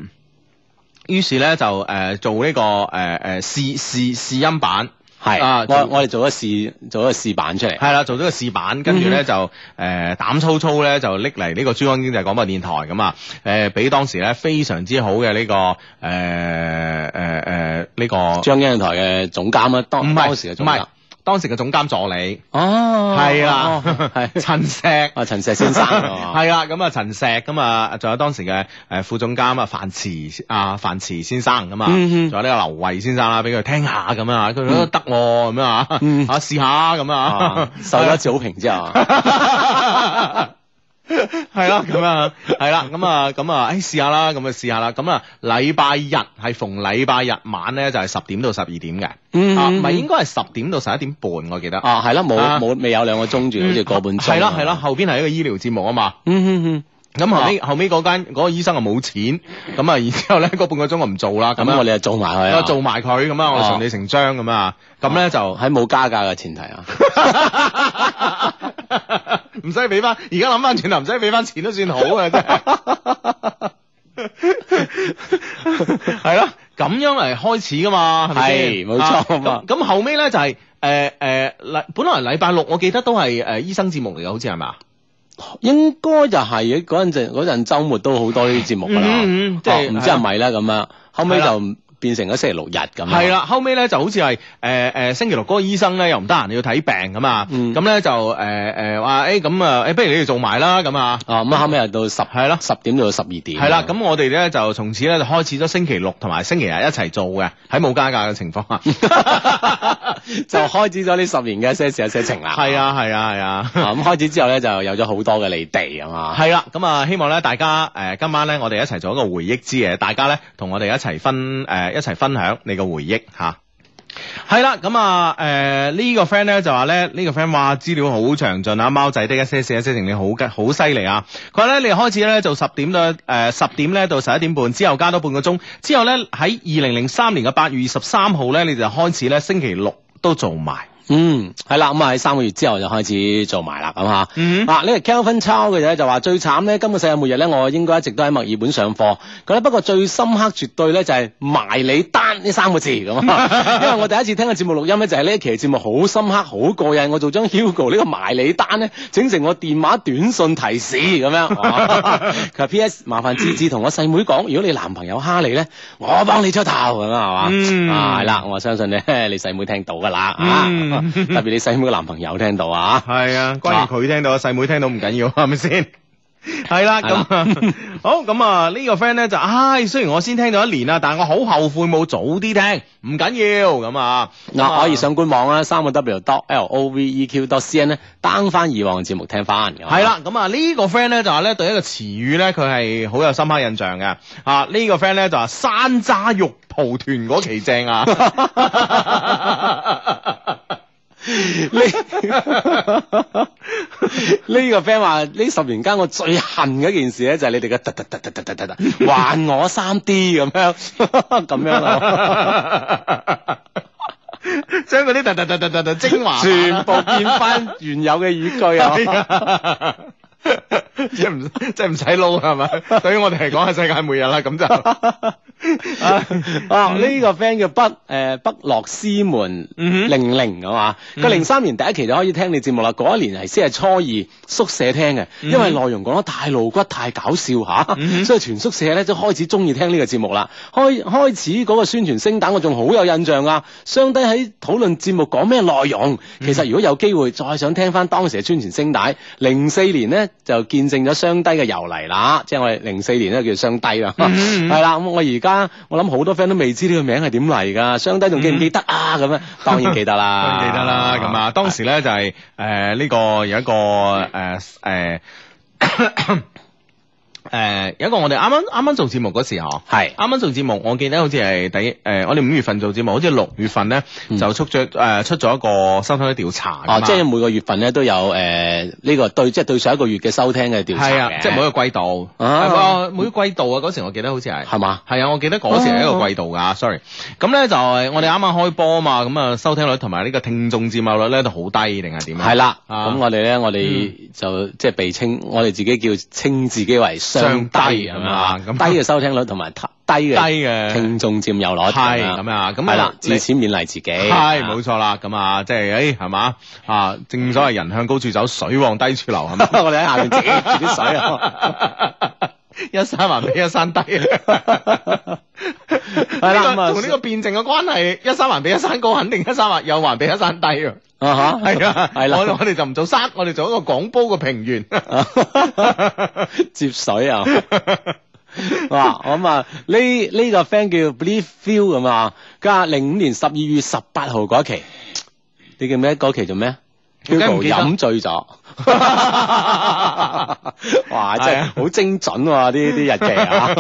於是咧就誒、呃做呢、個誒誒試試試音版，
*laughs* 係
啊，
我
做
我哋做咗試做咗個試版出嚟，
係啦，做咗個試版，跟
嗯
住咧就誒、呃、膽粗粗咧就拎嚟呢個珠江經濟廣播電台咁啊，誒俾當時咧非常之好嘅呢、個誒誒誒呃呢個
張欣台嘅總監啊，當
唔
當時
係
嘅
唔
總監
係，當時嘅總監助理
哦
係啦
哦
*laughs*
係
陳石。
啊，陳石先生
*laughs*
啊嘛
係啦，咁啊陳石咁啊，仲有當時嘅誒副總監啊范慈啊范慈先生咁啊，
嗯哼
仲有呢個劉慧先生啦，俾佢聽下咁啊，佢覺得得喎咁啊，
嗯
啊試下咁啊
啊，，受咗一次好評之
*laughs*
後。啊
係啦，咁啊，係啦，咁啊，咁啊，誒試下啦，咁啊試下啦，咁啊禮拜日係逢禮拜日晚咧就係十點到十二點嘅，
嗯
啊唔係應該係十點到十一點半，我記得。
啊，係啦，冇
啊嗯
冇未有兩個鐘住，好似個半鐘。啊
係啦係啦，，後邊係一個醫療節目啊嘛。
嗯嗯
咁後尾後尾嗰間嗰個醫生啊冇錢，咁啊然之後咧嗰半個鐘我唔做啦，咁
嗯，咁我哋就做埋佢
啊
啊，
做埋佢咁啊，我
哦
順理成章咁啊，咁咧就
喺冇加價嘅前提啊，
*laughs* 唔使俾翻，而家諗翻轉頭唔使俾翻錢都算好啊，真
*laughs*
係。係咯，咁樣嚟開始噶嘛，係咪先
係冇錯
啊咁咁後尾咧就係誒誒禮，本來禮拜六我記得都係誒醫生節目嚟嘅，好似係咪啊？
*laughs* 應該就係嘅嗰陣陣嗰陣週末都好多呢啲節目㗎
嗯嗯
啦
嗯，即係
啊唔知係咪啦咁啊，後
係
尾
啦
就變成咗星期六日咁。啊
係，啦，後尾咧就好似係誒誒星期六嗰個醫生咧又唔得閒要睇病咁啊，
嗯
咁咧就呃誒誒話誒咁啊誒，不如你哋做埋啦咁啊，
啊咁後尾又到十
係咯
十點到十二點。
係啦，咁我哋咧就從此咧就開始咗星期六同埋星期日一齊做嘅，喺冇加價嘅情況下，
*laughs* 就開始咗呢十年嘅一些事一些情啦。
係啊係啊係啊。
啊，咁開始之後咧就有咗好多嘅離地啊嘛。
係啦，咁啊，希望咧大家誒、呃今晚咧我哋一齊做一個回憶之夜，大家咧同我哋一齊分誒、呃一齊分享你嘅回憶吓。係啦，咁啊，誒、呢、個 friend 咧就話咧，呢、個 friend 話資料好詳盡啊，貓仔的一些事一些情你好嘅好犀利啊！佢話咧你開始咧做十點到誒十點咧到十一點半之後加多半個鐘，之後咧喺二零零三年嘅八月二十三號咧，你就開始咧星期六都做埋。
嗯，係啦，咁啊喺三個月之後就開始做埋啦，咁吓。
嗯
啊，呢個 Kelvin Chow 嘅咧就話最慘咧，今個世界末日咧，我應該一直都喺墨爾本上課。佢咧不過最深刻絕對咧就係埋你單呢三個字
*laughs*
咁啊，因為我第一次聽個節目錄音咧就係呢一期節目好深刻，好過癮。我做張 Hugo 呢個埋你單咧，整成我電話短信提示咁
*laughs*
樣。啊佢話 P.S. 麻煩芝芝同我細妹講，如果你男朋友蝦你咧，我幫你出頭咁啊，係
嗯
嘛？啊，係啦，我相信咧你細妹聽到㗎啦，啊，
嗯
*laughs* 特別你細妹嘅男朋友聽到啊。
係啊，關於佢聽到，細妹聽到唔緊
*laughs*
要，係咪先？係啦，咁啊好咁啊！呢個 friend 咧就，唉，雖然我先聽到一年啦，但係我好後悔冇早啲聽，唔緊要咁啊。咁
嗱，
啊
可以上官網啦，三個 W dot L O V E Q dot C N 咧，down 翻以往嘅節目聽翻。
係，啦，咁啊呢個 friend 咧就話咧對一個詞語咧佢係好有深刻印象嘅。啊呢個 friend 咧就話山楂肉蒲團嗰期正
*laughs*
啊。 *laughs*
呢個 friend 話呢十年間我最恨嘅一件事咧，就係你哋嘅突突突突突突突突，還我三 D 咁樣咁啊樣咯，
*laughs* 將嗰啲突突突突突突精華
全部變翻原有嘅語句 *laughs* 啊！
啊！
啊
*laughs* 即係唔即係唔使撈係咪？對於我哋嚟講係世界末日啦，咁就啊
啊！呢個 friend 叫北诶北洛斯門
嗯哼
零零啊嘛，
嗯
佢零三年第一期就可以聽你節目啦。嗰一年係先係初二宿舍聽嘅，因為內容講得太露骨、太搞笑吓
嗯，哼
所以全宿舍咧都開始中意聽呢個節目啦。開開始嗰個宣傳聲帶我仲好有印象啊！相低喺討論節目講咩內容，
嗯
其實如果有機會再想聽翻當時嘅宣傳聲帶，零四年呢就見證咗雙低嘅由嚟啦，即係我哋零四年咧叫雙低啦。
嗯嗯嗯
係啦，咁我而家我諗好多 friend 都未知呢個名係點嚟㗎，相低仲記唔記得啊？咁樣當然記
*laughs*
得啦，
嗯記得啦，咁啊，當時咧就係誒呢個有一個誒誒 *coughs* 誒有一個我哋啱啱啱啱做節目嗰時候。
係，
啱啱做節目，我記得好似係第誒、呃我哋五月份做節目，好似六月份咧、就出咗誒、呃出咗一個收聽率調查㗎嘛
嗯哦，即係每個月份咧都有誒呢個對，即係對上一個月嘅收聽嘅調查
係啊，
嘅
即係每一個季度，
啊
係啊每個季度啊，嗰時我記得好似係。
係哦嘛？
係啊，我記得嗰時係一個季度㗎 s o r r y 咁咧就係我哋啱啱開波啊嘛，咁啊收聽率同埋呢個聽眾佔有率咧都好低定係點啊？
係啦，
啊嗯
咁我哋咧，我哋就即係被稱，我哋自己叫稱自己為
雙低
雙低
咁
咁
啊
啊，
咁
低嘅收聽率同埋低低嘅
低嘅
聽眾佔有率
係咁啊咁啊
係啦，
你
自此勉勵自己，
係
*laughs*
冇錯啦，咁啊，即係誒係嘛啊，正所謂人向高處走，水往低處流，係咪？
我哋喺下面自己住啲
哎 *laughs*
水啊。
一山還比一山 *laughs* 低，係
啦咁啊
同呢個辯證嘅關係，一山還比一山高，肯定一山還又還比一山低啊！
啊
*laughs*
哈，
係啊，
係
我哋我
啦，
哋就唔做山，我哋做一個廣煲嘅平原。 *laughs*
接水啊！ *laughs* 哇，咁啊，呢呢個 friend 叫 Believe Feel 咁啊，佢話零五年十二月十八號嗰期，你叫咩？嗰期做咩啊
我梗係唔
Hugo
記得
飲醉
*laughs*
咗，哇！真
係
係
啊
好精準喎、呢啲日期
*laughs*
啊！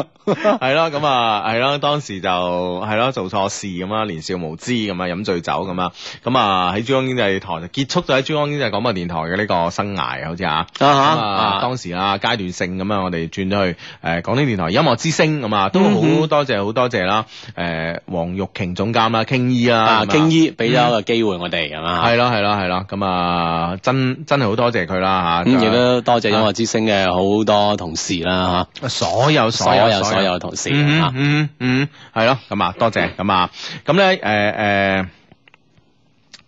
*laughs* 係咯，咁啊，係咯，當時就係咯，做錯事咁啊，年少無知咁啊，飲醉酒咁啊，咁啊喺珠江經濟台就結束咗喺珠江經濟廣播電台嘅呢個生涯啊，好似啊。咁
啊
啊，
哈，
當時啊階段性咁啊，我哋轉咗去誒廣東電台音樂之聲咁啊，都
嗯
好
哼
多謝好多謝啦誒黃玉瓊總監啦，傾醫啦，
啊，
咁嗯
經醫俾咗一個機會我哋咁啊，
係咯係咯係咯，咁啊真真係好多謝佢啦嚇，啊
咁亦都多謝音樂之星嘅好多同事啦
所有
嚇，所有所有同事
嗯
啊，
嗯嗯，係咯，咁啊，多謝咁啊，咁咧誒誒。呃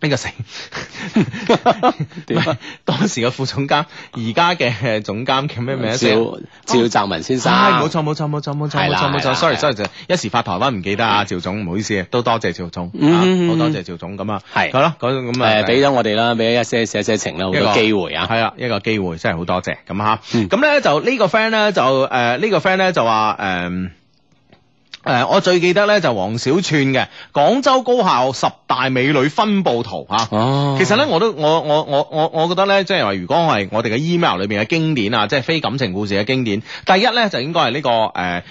呢個成
*laughs* 點啊
*laughs* 當時嘅副總監，而家嘅總監叫咩名啊先？
趙趙澤文先生，
唉冇錯冇錯冇錯冇錯
係
冇
啦
錯冇
係啦
錯，sorry
係
sorry，就一時發台灣唔記得啊，趙總唔好意思，都多謝趙總，啊
嗯
好多謝趙總咁啊，
係
係咯，嗰種咁啊，
誒呃俾咗我哋啦，俾咗一些事一些情啦，好
一個
多機會啊！
係啊，一個機會真係好多謝咁吓，
嗯
咁咧就呢個 friend 咧就誒呢個 friend 咧就話誒。誒，我最記得咧就黃小串嘅廣州高校十大美女分佈圖啊嚇，
哦
其實咧，我都我我我我我覺得咧，即係話，如果係我哋嘅 email 裏邊嘅經典啊，即係非感情故事嘅經典，第一咧就應該係呢、個誒誒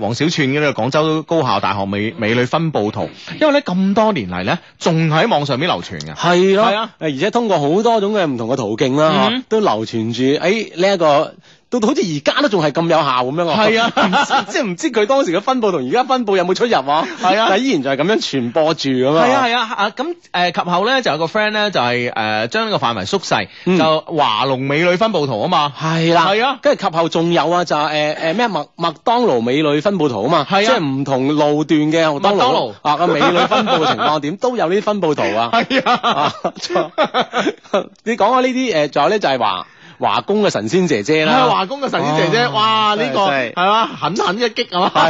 黃小串嘅呢個廣州高校大學
嗯
美美女分佈圖，因為咧咁多年嚟咧，仲喺網上面流傳嘅。
係咯，
係
誒
啊
而且通過好多種嘅唔同嘅途徑啦，
嗯
嚇都流傳住誒呢一個，到到好似而家都仲係咁有效咁樣啊！
*laughs* 係啊
唔知，即係唔 *laughs* 知佢當時嘅分佈同而家分佈有冇出入啊？
係啊
*laughs* 但依然就係咁樣傳播住咁啊！
係啊係啊啊咁誒、及後咧就有個 friend 咧就係、誒、將呢個範圍縮細，
嗯
就華龍美女分佈圖啊嘛。
係啦，
係啊
跟住及後仲有啊，就係誒誒咩麥麥當勞美女分佈圖啊嘛，
係啊
即係唔同路段嘅麥當
麥當勞
勞啊個美女分佈嘅情況 *laughs* 點，都有呢啲分佈圖啊。
係 *laughs*
啊，你講下呢啲誒，仲有咧就係華華工嘅神仙姐姐
係啊
啦，
華工嘅神仙姐姐，
哦
哇！呢、個
真係
係嘛，狠狠一擊啊 *laughs* 嘛，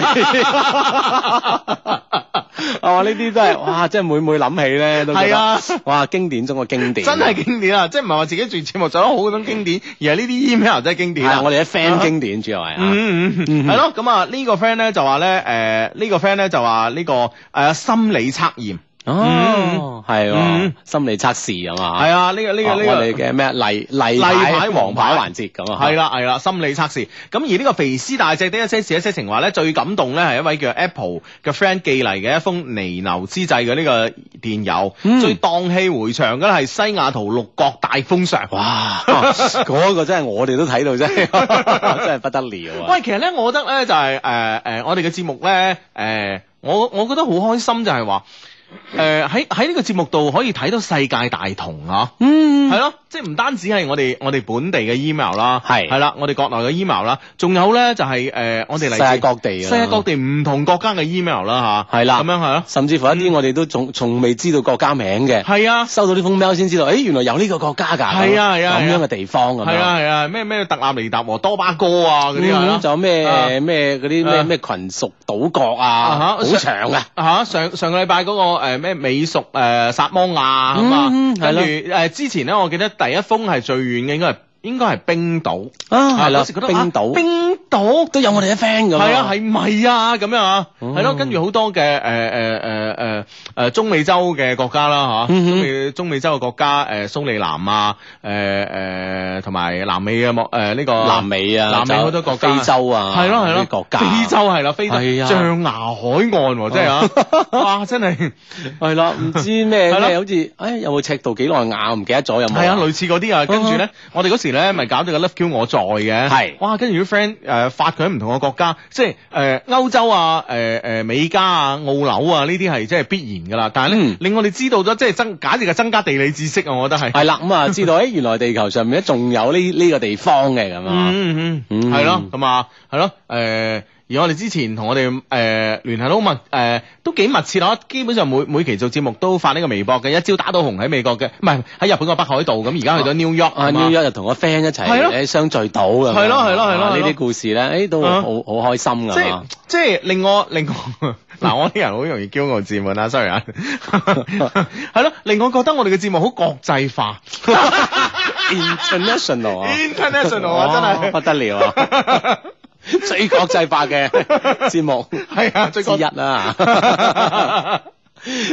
啊呢啲
*laughs*
都係哇，即係每每諗起咧都覺
係啊
得哇經典中嘅經典，
真係經典啊！即係唔係話自己做節目做得好嗰種經典，而係呢啲 email 真係經典啊！
係我哋啲 friend 經典主要係啊，
嗯嗯嗯，
嗯
係咯，咁啊呢個 friend 咧就話咧，誒呢個 friend 咧就話呢個誒心理測驗，
哦係
嗯
喎，心理測試啊嘛，
係啊呢個呢個
啊我哋
呢個。
嘅咩例例
牌
牌
黃
黃
牌
牌環節咁啊，
係啦係啦，心理測試。咁而呢個肥師大隻的一些事一些情話咧，最感動咧係一位叫 Apple 嘅 friend 寄嚟嘅一封彌留之際嘅呢個電郵，
嗯
最蕩氣迴腸嘅係西雅圖六角大風上。
哇， *laughs* 嗰個真係我哋都
*laughs*
睇到真係真係不得了啊！
喂，其實咧，我覺得咧就係誒誒，我哋嘅節目咧，誒、我我覺得好開心就係話，诶喺喺呢個節目度可以睇到世界大同啊。
嗯
係咯，即係唔單止係我哋我哋本地嘅 email 啦，
係
係啦，我哋國內嘅 email 啦，仲有咧就係诶我哋嚟
世
自
界各地啊，
世界各地唔同國家嘅 email 啦吓，
係啦
咁樣係咯，
甚至乎一啲我哋都仲從未知道國家名嘅，
係啊。
收到呢封 mail 先知道，诶，原來有呢個國家㗎，
係啊係啊係
咁
啊
樣嘅地方咁
係
樣。
啊係啊，咩咩特納尼達和多巴哥啊嗰啲係
嗯
啦
仲有咩
啊
咩嗰啲
啊
咩咩群屬島國啊，
啊
好
哈
長啊，
吓上上個禮拜嗰個誒咩美屬誒薩摩亞咁啊，
嗯嗯係
跟住
咯
誒之前咧，我記得第一封係最遠嘅應該係應該係冰島，
啊係啦
嗰時覺，得
冰
啊
島
冰島
都有我哋嘅 friend 咁。
係啊，係咪啊？咁樣啊，係咯，
嗯
跟住好多嘅誒誒誒誒誒中美洲嘅國家啦嚇，
嗯哼
中美中美洲嘅國家誒蘇里南啊，誒誒同埋南美嘅莫誒呢個
南美啊，
南美好多國家
非洲啊，
係咯係
呢
咯，
啲國家
非洲係啦，非洲
係啊
象牙海岸喎，真係啊，哇，真係
係啦，唔知咩
係咯
咩好似，诶有冇赤道幾內亞唔記得咗有冇？
係啊，類似嗰啲
嗯
啊，跟住咧，我哋嗰時咧咪搞到個 Love Q 我在嘅，
係
哇，跟住啲 friend 誒發佢喺唔同嘅國家，即係誒歐洲啊、誒誒美加啊、澳紐啊呢啲係即係必然㗎啦，但係咧
嗯
令我哋知道咗即係增簡直係增加地理知識啊，我覺得係，
係啦，咁啊知道诶，原來地球上面咧仲有呢呢個地方嘅咁啊。
嗯嗯嗯，
嗯
係咯，咁啊，係咯，誒。而我哋之前同我哋誒、聯繫都密誒、呃都幾密切咯。基本上每每期做節目都發呢個微博嘅，一朝打到紅喺美國嘅，唔係喺日本嘅北海道咁，而家去到 New York
啊
係嘛
，New York 就同個 friend 一齊
係咯
誒相聚到咁樣，
係咯係咯係咯
啊
係咯
呢啲故事咧，誒都
啊
好好開心啊
即
噶
係
嘛，
即係令我令我嗱，我啲人好容易驕傲自滿啊，sorry 啊，係咯，令我覺得我哋嘅節目好國際化
international 啊
，international
哇
啊，真
不
係
得了
*laughs*
啊， *laughs* 最國際化嘅節目
係啊，最
之一啊！ *laughs* 呢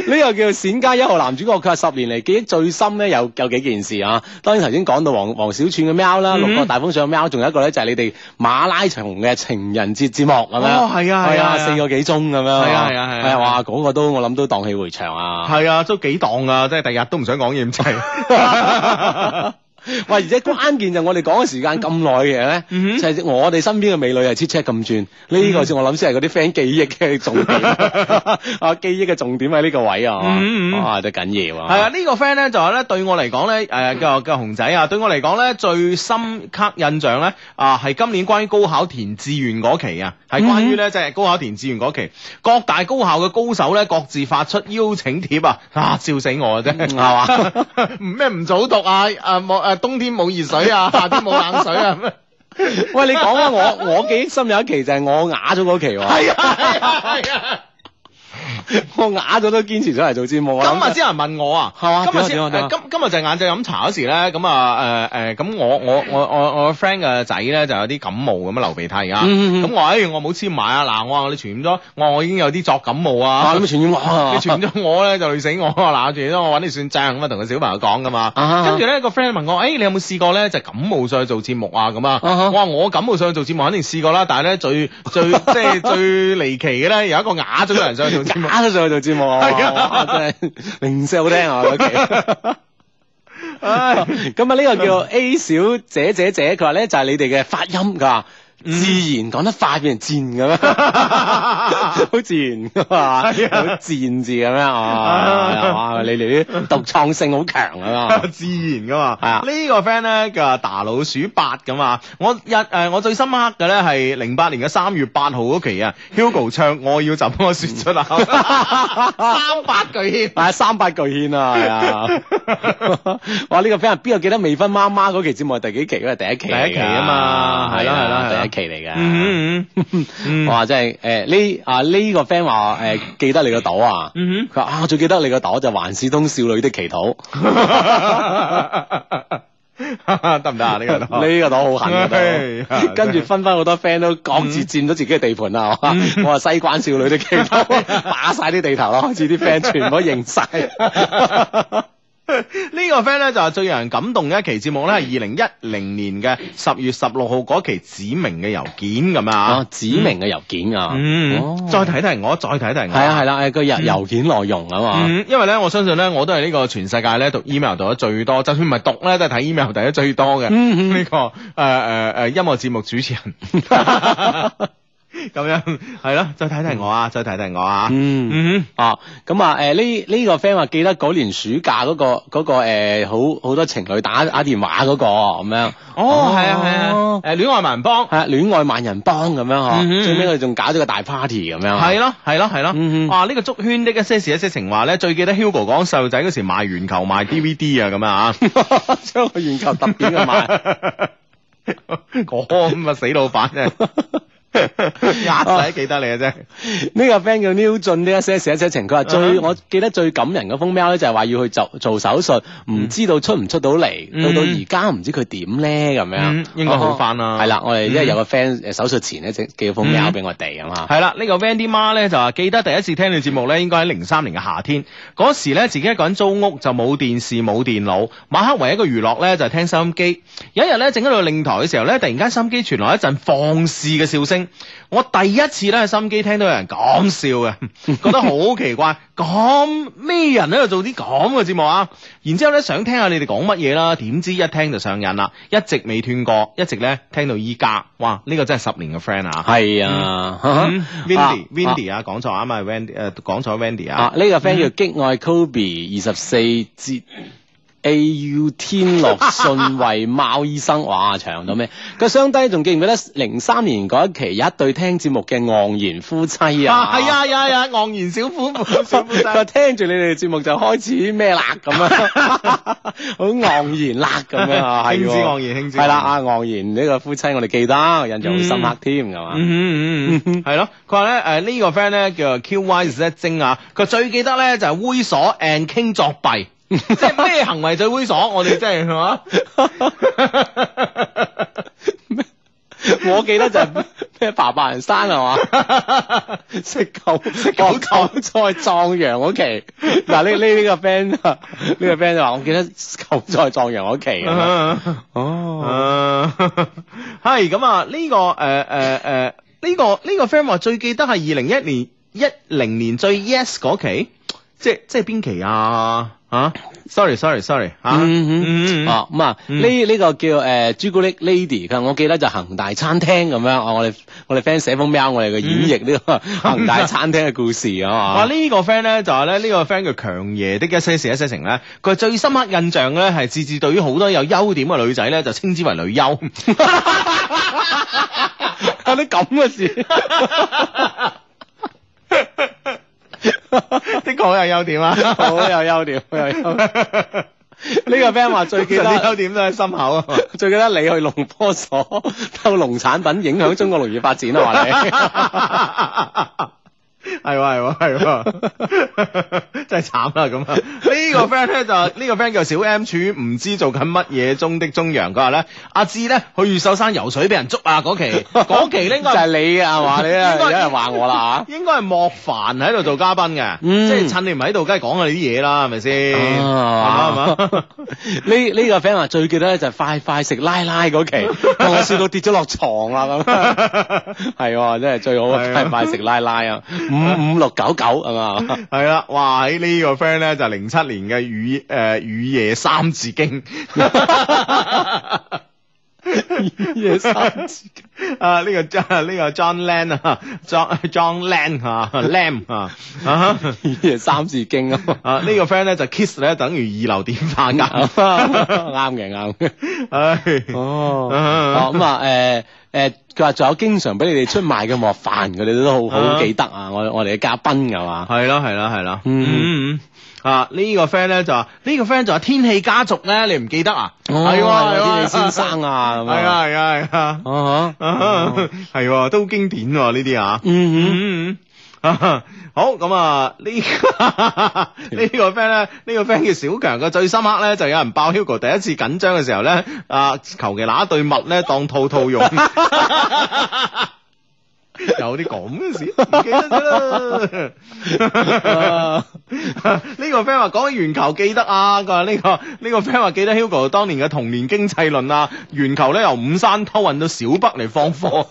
個叫《冼家一號》男主角，佢話十年嚟記憶最深咧，有有幾件事啊。當然頭先講到黃黃小串嘅喵啦，
嗯
六個大風上喵，仲有一個咧就係你哋馬拉松嘅情人節節目咁樣。
哦係啊係
係
啊
啊，四個幾鐘咁樣。
係啊係啊係啊
係啊，哇！嗰個都我諗都蕩氣迴腸啊。
係啊，都幾檔啊，即係第日都唔想講嘢咁 *laughs* 滯。
喂，而且關鍵就我哋講嘅時間咁耐嘅咧，
嗯哼
就係我哋身邊嘅美女係 c h 咁轉，呢個先我諗先係嗰啲 friend 記憶嘅重
*laughs*
點啊，記憶嘅重點喺呢個位啊，
嗯嗯嗯
哇，真係緊要啊！
係啊，呢個 friend 咧就係咧對我嚟講咧，誒叫叫熊仔啊，對我嚟講咧最深刻印象咧啊係今年關於高考填志願嗰期啊，係關於咧即係高考填志願嗰期，各大高校嘅高手咧各自發出邀請帖啊， *laughs* 啊笑死我啊啫，
係嘛？
唔咩唔早讀啊，啊冇誒冬天冇熱水啊，夏天冇冷水啊，咁
喂，你講啊，我我記憶深有一期就係我啞咗嗰期喎，
係啊係啊係啊。
*laughs* 我啞咗都堅持咗嚟做節目啊！
今
*laughs*
日先有人問我啊，
係嘛
今日
點啊點
先
啊點
今今日就係晏晝飲茶嗰時咧，咁啊誒誒，咁我我我我我 friend 嘅仔咧就有啲感冒咁啊流鼻涕啊，
嗯嗯嗯
咁我話誒我冇簽買啊，嗱我話我哋傳染咗，我話我已經有啲作感冒
啊，
啊
你。咪傳染我啊！
你傳咗我咧就累死我，嗱住咗我揾你算賬咁啊，同個小朋友講噶嘛。
啊
跟住咧個 friend 問我，誒、哎你有冇試過咧就感冒上去做節目啊咁啊？
啊哈
我話我感冒上去做節目肯定試過啦，但係咧最最即係最離奇嘅咧有一個啞咗嘅人 *laughs* 上去做節目
啞。咗上去做節目啊！
係啊
哇真係零舍好聽啊！嗰期。
唉
咁啊，呢個叫 A 小姐姐姐，佢話咧就係你哋嘅發音，佢話
嗯
自然講得快變成賤
*laughs*
咁樣，好自然噶嘛，好
係啊
賤字咁樣啊！哇，你哋啲獨創性好強啊！
*laughs* 自然噶嘛。
係啊
呢個 friend 咧叫大老鼠八噶嘛。我日誒、呃我最深刻嘅咧係零八年嘅三月八號嗰期啊，Hugo 唱我要怎麼説出口， *laughs* 三八句添。
啊，三八巨獻啊，係
*laughs*
啊！哇，呢個 friend 邊個記得未婚媽媽嗰期節目係第幾期？因為第一期嚟㗎
第一期啊嘛係
係
咯係咯
啦
係咯
第一期嚟㗎。
嗯嗯嗯嗯
哇，真係誒呢啊呢個 friend 話誒記得你個島啊！
*laughs* 嗯
佢話啊，我最記得你個朵就環市東少女的祈禱，
哼， *laughs* 得唔得啊？呢個 *laughs* 都
呢個朵好痕嘅
哎呀嗯
都。跟住分分好多 friend 都各自佔咗自己嘅地盤啦，係嘛我話西關少女的祈禱
*laughs*
霸晒啲地頭啦，開始啲 friend 全部都認晒。
呢個 friend 咧就係最讓人感動嘅一期節目咧，係二零一零年嘅十月十六號嗰期指明嘅郵件咁
啊
啊，。
指明嘅郵件啊，
嗯
哦，
再睇睇我，再睇睇我。
係啊係啦，誒個郵郵件內容啊嘛，
嗯，因為咧，我相信咧，我都係呢個全世界咧讀 email 讀得最多，就算唔係讀咧，都係睇 email 睇得最多嘅呢、呃
嗯嗯
個誒誒誒音樂節目主持人。 *laughs* 咁樣係咯，再睇睇我啊，再睇睇我啊，
嗯。
嗯
哦，咁啊，诶呢呢個 friend 話記得嗰年暑假嗰、個嗰、個诶好好多情侶打打電話嗰、個咁樣，
哼，哦，係啊係啊，誒戀愛萬人幫，
係啊戀愛萬人幫咁樣嗬，
嗯哼
最尾佢仲搞咗個大 party 咁樣，
係咯係咯係咯。
嗯哼，
哇！呢、個竹圈的一些事一些情話咧，最記得 Hugo 講細路仔嗰時賣圓球賣 DVD 啊咁啊
*laughs* 將個圓球特點嘅 *laughs*
*laughs*
賣。
我咁啊死老闆啫，一仔記得你啊嘅啫。
呢個 friend 叫 New 俊，呢一些事一些情，佢話最
嗯
我記得最感人嗰封 mail 咧，就係話要去做做手術，唔知道出唔出到嚟，
嗯
到到而家唔知佢點咧咁
嗯
樣，哦
應該好返啦
係啦，我哋因為
嗯
有個 friend 呃誒手術前咧，整寄咗封 mail
嗯
俾我哋啊嘛，
係啦，呢、個 Vandy 媽咧就話記得第一次聽你節目咧，應該喺零三年嘅夏天。嗰時咧自己一個人租屋就冇電視冇電腦，晚黑唯一一個娛樂咧就係、聽收音機。有一日咧整喺度令台嘅時候咧，突然間收音機傳來一陣放肆嘅笑聲。我第一次咧喺收音機聽到有人咁笑嘅， *laughs* 覺得好奇怪，咁咩人喺度做啲咁嘅節目啊？然之後咧想聽下你哋講乜嘢啦，點知一聽就上癮啦，一直未斷過，一直咧聽到依家。哇！呢、個真係十年嘅 friend 啊！
係啊哈哈
嗯
啊
，Windy Windy 啊，講錯啊嘛，Wendy 誒講錯 Wendy
啊
啊，
呢個 friend 叫激愛 Kobe 二十四節 A U 天樂信惠貓
*laughs*
醫生，哇長到咩？個雙低仲記唔記得零三年嗰一期有一對聽節目嘅昂然夫妻啊？
係啊係啊係啊，昂然小虎 *laughs* 小虎
佢話聽住你哋節目就開始咩啦咁樣，
*laughs*
好昂然啦咁樣啊，係
興致
喎
昂然興致
係啦，啊
昂
昂然呢個夫妻我哋記得，印象好深刻添，係嘛？
嗯嗯嗯，係咯，佢話咧誒呢個 friend 咧叫 Q Y Z 精啊，佢最記得咧就係猥瑣 and 傾作
*laughs*
弊，即係咩行為最猥瑣？我哋真係係嘛？
*laughs* 我記得就係咩爬白人山係嘛，食狗食
狗
韭菜壯陽嗰期，嗱呢呢呢個 friend 啊呢個 friend 就話我記得韭菜壯陽嗰期咁
啊
樣，
*laughs*
哦，
哦，係咁啊！呢個誒誒誒，呢個呢個 friend 話最記得係二零一年一零年最 yes 嗰期，即即係邊期啊？啊，sorry sorry sorry 啊，
嗯
嗯嗯嗯
哦咁啊
嗯
呢呢個叫誒朱古力 lady，佢話我記得就恒大餐廳咁樣，哦我哋我哋 friend 寫封 mail 我哋嘅演繹呢個恒大餐廳嘅故事啊
哇！
嘛，
呢個 friend 咧就係咧呢個 friend 叫強爺的一些事一些情咧，佢最深刻印象咧係自至對於好多有優點嘅女仔咧就稱之為女優。 *laughs*
有啲咁嘅事。
的確好有優點
*laughs*
啊！
*laughs* 好有優點，好有優點。呢個 friend 話最記
其他優
得，
點都喺心口啊！
*laughs* 最記得你去農科所偷農產品，影響中國農業發展啊！話你
系喎系喎系喎，真系惨啦咁啊！呢個 friend 咧就呢個 friend 叫小 M 處，唔知做緊乜嘢中的中陽。佢話咧阿志咧去越秀山游水俾人捉啊！嗰
*laughs*
期嗰期咧 *laughs* 應
就
該
係
係
你啊，話你啊，
應該
有人話我啦啊
應該係莫凡喺度做嘉賓嘅，
嗯
即係趁你唔喺度，梗係講下你啲嘢啦，係咪先？係嘛
啊
係嘛？
嚇。呢呢個 friend 話最記得咧就係快快食奶奶嗰期，
*laughs*
我笑到跌咗落床啦咁。係喎，真係最好啊！
係啊
快快食奶奶啊，五五六九九
*laughs*
係嘛？
係啦，哇！喺呢個 friend 咧就零七年嘅雨誒雨夜三字經。
夜三字
啊！呢、個 John 呢、個 John Land 啊，John John Land 啊，Lam 啊啊！
夜三字經啊！
*laughs* 啊！呢、個 friend 咧就 kiss 咧等於二流典範 *laughs* 㗎，
啱嘅啱嘅。
唉，
哦，
啊
哦
*laughs*
咁啊，誒誒，佢話仲有經常俾你哋出賣嘅莫凡，佢哋都好好
啊
記得啊！我我哋嘅嘉賓㗎嘛，
係啦係啦係啦，
嗯
嗯嗯啊！呢、個 friend 咧就話呢、個 friend 就話天氣家族咧，你唔記得啊？
係
係
喎
係
天氣先生啊咁
係
啊，
啊係啊係啊！
啊哈
啊， *laughs* 係喎，都經典喎呢啲啊。
嗯嗯，
嗯嗯嗯，好咁啊！ *laughs* 呢呢個 friend 咧，呢個 friend 叫小強嘅最深刻咧，就有人爆 Hugo 第一次緊張嘅時候咧，啊求其拿一對襪咧當套套用， *laughs* 有啲咁嘅事，唔記得咗啦。 *laughs*
啊
呢個 friend 話講起圓球記得啊，佢話呢個呢個 friend 話記得 Hugo 當年嘅童年經濟論啊，圓球咧由五山偷運到小北嚟放貨。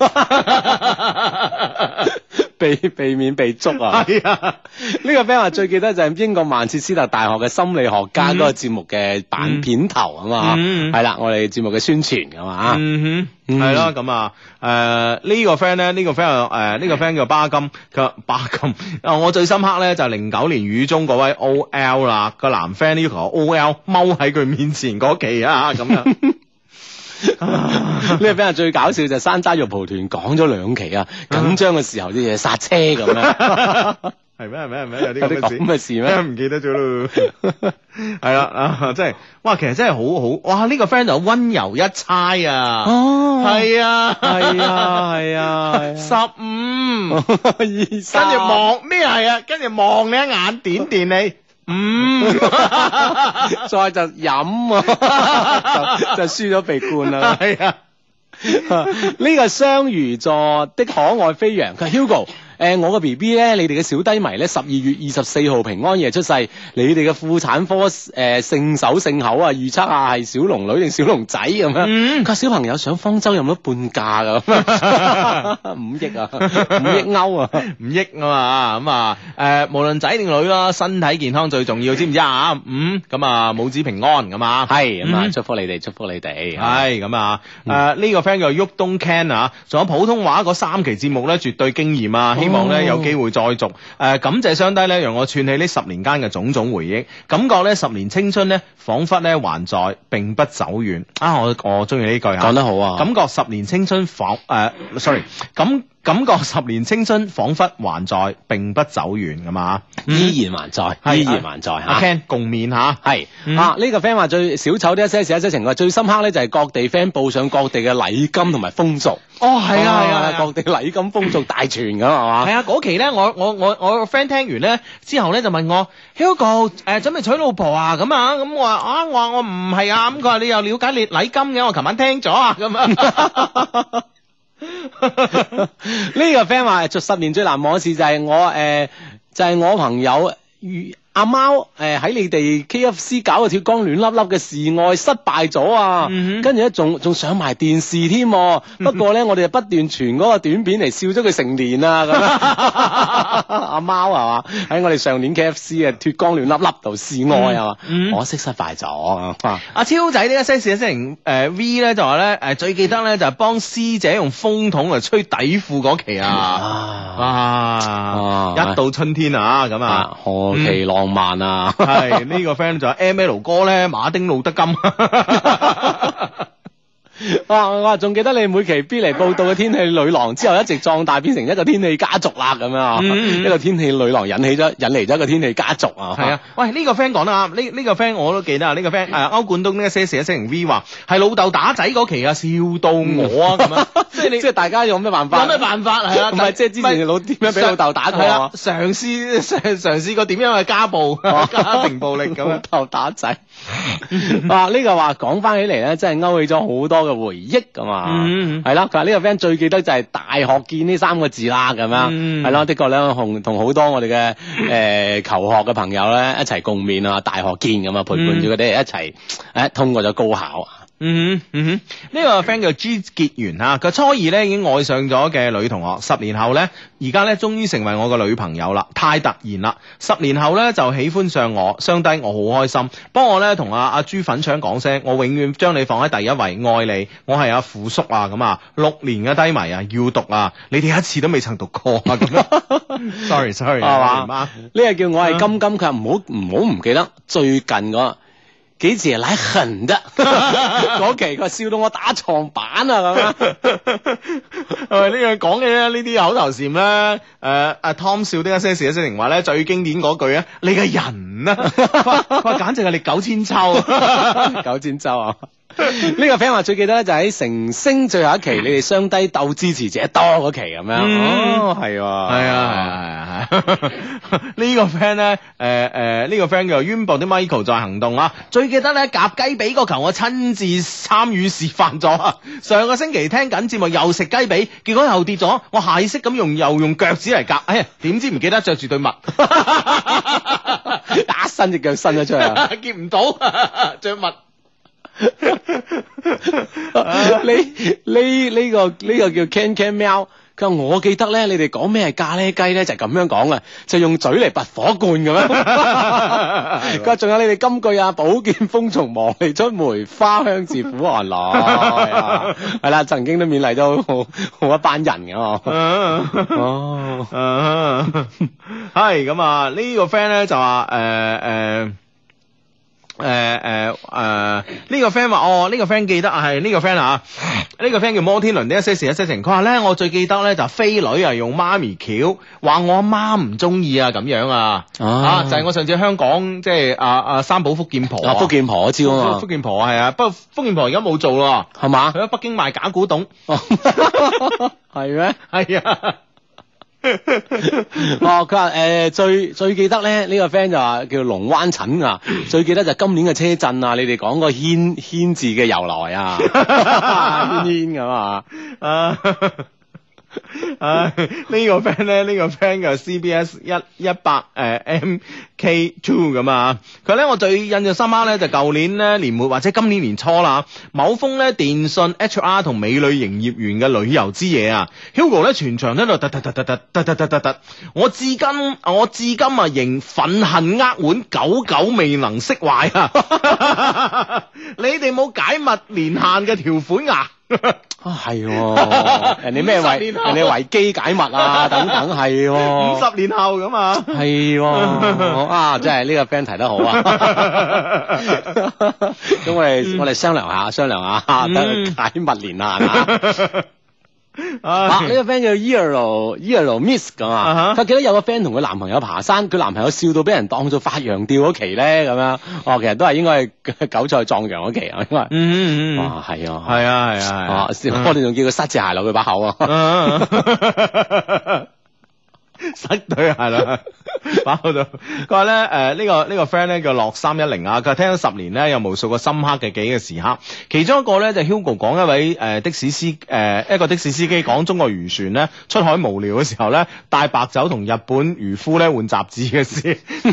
避避免被捉
*laughs*
啊！
系啊，
呢個 friend 話最記得就係英國曼徹斯特大學嘅心理學家嗰個節目嘅版片頭啊嘛，
嗯
係啦，我哋節目嘅宣傳㗎嘛，
嗯哼，
嗯
系咯，咁啊，诶呢個 friend 咧，呢個 friend 诶呢個 friend 叫巴金，佢話巴金啊，我最深刻咧就係零九年雨中嗰位 O L 啦，個男 friend 要求我 O L 踎喺佢面前嗰期啊，咁
*laughs*
樣。
呢個 friend 話最搞笑就係山楂肉蒲團講咗兩期啊，
嗯
緊張嘅時候啲嘢剎車咁
*laughs*
樣，
系咩？系咩？系咩？有
有
啲
啲
咁嘅事
咁嘅事
咩？ *laughs*
咩？
唔記得咗咯，係啦啊，真係，哇，其實真係好好，哇，呢、個 friend 就温柔一猜啊，
哦
係啊，
係啊係啊
十五， *laughs*
跟
跟住望咩係啊？跟住望你一眼，點電你，五，
再就飲啊， *laughs* 就就輸咗被灌啦。 *laughs*
係啊，
呢個雙魚座的可愛飛揚，佢話 Hugo。誒、我個 B B 咧，你哋嘅小低迷咧，十二月二十四號平安夜出世，你哋嘅婦產科誒、聖手聖口啊，預測下係小龍女定小龍仔咁樣。
嗯
佢話小朋友上方舟有冇得半價㗎？ *laughs* 五億啊，五億歐啊！
五億啊嘛，咁啊，誒、無論仔定女啦，身體健康最重要，知唔知啊？五、咁啊，母子平安咁啊，
係咁啊，
嗯
祝福你哋，祝福你哋。
系咁啊！诶、呢、個 friend 叫旭東 Can 啊，仲有普通話嗰三期節目咧，絕對經驗啊！希望
哦
咧有機會再續。诶、呃感謝雙低咧，讓我串起呢十年間嘅種種回憶，感覺咧十年青春咧，彷彿咧還在，並不走遠。啊，我我中意呢句
講
啊！
得好啊！
感覺十年青春彷诶、s o r r y 感感覺十年青春彷彿還在，並不走遠咁啊！
依然還在，
係
依然還在嚇。
阿 Ken 共勉吓，
系
嗯
啊，呢、個 friend 話最小丑啲一些事一些情，佢話最深刻咧就係各地 friend 報上各地嘅禮金同埋風俗，
哦
各地禮金風俗大全咁係嘛
系，啊，嗰期咧，我我我我個 friend 聽完咧之後咧就問我，Hugo 誒、準備娶老婆啊咁啊，咁我話啊，我話我唔係啊，咁佢話你又了解你禮金嘅，我琴晚聽咗啊，咁啊。 *laughs*
*laughs* 呢個 friend 話做十年最難忘嘅事就係我诶、就係我朋友遇阿貓诶喺你哋 K F C 搞個脱光亂粒粒嘅示愛失敗咗啊，
嗯哼嗯
跟住咧仲仲上埋電視添喎，不過咧我哋就不斷傳嗰個短片嚟笑咗佢成年啊咁樣。 *laughs* 阿貓係嘛？喺我哋上年 K F C 嘅脱光亂粒粒度示愛係嘛？
嗯
可惜失敗咗啊！
阿超仔呢一些事一些情誒 V 咧就話咧誒最記得咧就係幫師姐用風筒嚟吹底褲嗰期啊，
啊
啊
啊
一到春天啊咁啊。
啊，何其浪漫啊！
係呢、個 friend 就話 M L 哥咧馬丁路德金，啊
哇！啊我話仲記得你每期 B 嚟報道嘅天氣女郎之後，一直壯大變成一個天氣家族啦咁樣啊！
嗯嗯
一個天氣女郎引起咗引嚟咗一個天氣家族啊！
系啊，喂，呢、個 friend 講得啱，呢、呢個 friend 我都記得啊，呢、個
嗯
friend 诶歐冠東呢一些事一些情 V 話係老豆打仔嗰期啊，笑到我
*laughs*
啊咁樣，即係你
*laughs* 即係大家有咩辦法？
有咩辦法係啊？
唔係即係之前老點樣俾老豆打過
係啊
啊？
嘗 *laughs* 試嘗嘗試過點樣去家暴、*laughs*
哦
家庭暴力咁樣。
頭打仔。 *laughs* 啊，呢個話講翻起嚟咧，真係勾起咗好多嘅回憶啊噶嘛。
嗯
係啦，佢話呢個 friend 最記得就係大學見呢三個字啦，咁
嗯
樣係啦，的確咧，同同好多我
*coughs*
哋嘅誒求學嘅朋友咧一齊共勉啊，大學見咁啊，陪伴住佢哋一齊
嗯
誒通過咗高考。啊
嗯哼嗯哼，呢、個 friend 叫朱傑源嚇，佢初二咧已經愛上咗嘅女同學，十年後咧，而家咧終於成為我個女朋友啦，太突然啦！十年後咧就喜歡上我，相低我好開心，幫我咧同阿阿朱粉腸講聲，我永遠將你放喺第一位，愛你，我係阿富叔啊咁啊，六年嘅低迷啊，要讀啊，你哋一次都未曾讀過啊咁樣，sorry sorry，
係
啊嘛
嘛？呢個叫我
啊
係金金，佢話唔好唔好唔記得最近嗰幾時奶痕
*laughs*
得嗰期，佢話笑到我打床板
*laughs*
啊咁樣。
喂，呢樣講嘅呢啲口頭禪咧，誒、阿 Tom 笑的一些事一些情話咧，最經典嗰句啊，你嘅人啊，佢話佢話簡直係你九千 *laughs* 秋。
九千州啊！呢個 friend 話最記得咧就喺成星最後一期，你哋雙低鬥支持者多嗰期咁樣。
嗯
哦，係
係
喎，係
啊係啊係啊！呢個 friend 咧，誒誒呢個 friend 叫淵博啲 Michael 在行動啊，最記得咧夾雞髀個球，我親自參與示範咗啊！上個星期聽緊節目又食雞髀，結果又跌咗，我下意識咁用又用腳趾嚟夾，哎呀點知唔記得着住對襪。
*laughs* 一伸只腳伸咗出嚟啊。
見唔到着襪。啊
呢呢呢個呢個叫 Can Can 喵，佢話我記得咧，你哋講咩係咖喱雞咧，就係咁樣講啊，就用嘴嚟拔火罐咁樣。
*laughs*
佢話仲有你哋金句啊，寶劍風從磨砺出梅，花香自苦寒來。啊
*laughs*
係啦，曾經都勉勵到好好一班人啊嘅嘛。哦。
*laughs* 系嗯咁啊！呢個 friend 咧就話呃诶诶。誒誒誒，呃呢個 friend 話哦，呢、個 friend 記得啊，係呢、個 friend 啊，呢、個 friend 叫摩天輪啲一些事一些情，佢話咧我最記得咧就飛女啊用媽咪橋，話我阿媽唔中意啊咁樣啊，
哦
啊就係我上次香港即係啊啊三寶福建婆
啊，福建婆招啊嘛
福，建婆係啊，不過福建婆而家冇做咯，
係嘛？哦
佢喺北京賣假古董，
係咩？
係
*laughs*
啊。 *laughs*
哦，佢話誒最最記得咧，呢、個 friend 就話叫龍灣
*laughs*
陳啊，最記得就今年嘅車震啊，你哋講個軒軒字嘅由來
*laughs*
啊，軒軒咁啊，
啊！ *laughs* 唉，呢個 friend 咧，呢個 friend 嘅 CBS 一一百誒 MK Two 咁啊，佢咧我最印象深刻咧就舊年咧年末或者今年年初啦，某封咧電信 HR 同美女營業員嘅旅遊之夜啊，Hugo 咧全場喺度突突突突突突突突突突，我至今我至今啊仍憤恨呃扼腕，久久未能釋懷啊！ *laughs* 你哋冇解密年限嘅條款啊！
啊
*laughs*
係喎，人哋咩
50
維
年
人
後
哋維基解密啊，等等係喎，
五十年後咁啊！ *laughs*
係喎，啊真係呢個 friend 提得好啊，咁我哋我哋商量下商量下，等
嗯
解密年限啊。啊！呢、
唉，
個 friend 叫 Yellow Yellow Miss 咁
啊
啊，
哈
佢記得有個 friend 同佢男朋友爬山，佢男朋友笑到俾人當做發羊吊嗰期咧咁樣。哦，其實都係應該係 *laughs* 韭菜撞羊嗰期啊，應該。
嗯嗯嗯，
哇，係啊，
係嗯啊係啊
啊，我哋仲叫佢塞隻鞋落佢把口啊
係。啊， *laughs* 塞對係啦， *laughs* 包到佢話咧誒呢個呢個 friend 咧叫落三一零啊，佢話聽咗十年咧有無數個深刻嘅幾個時刻，其中一個咧就 Hugo 講一位誒的士司誒一個的士司機講中國漁船咧出海無聊嘅時候咧帶白酒同日本漁夫咧換雜誌嘅事。 *laughs*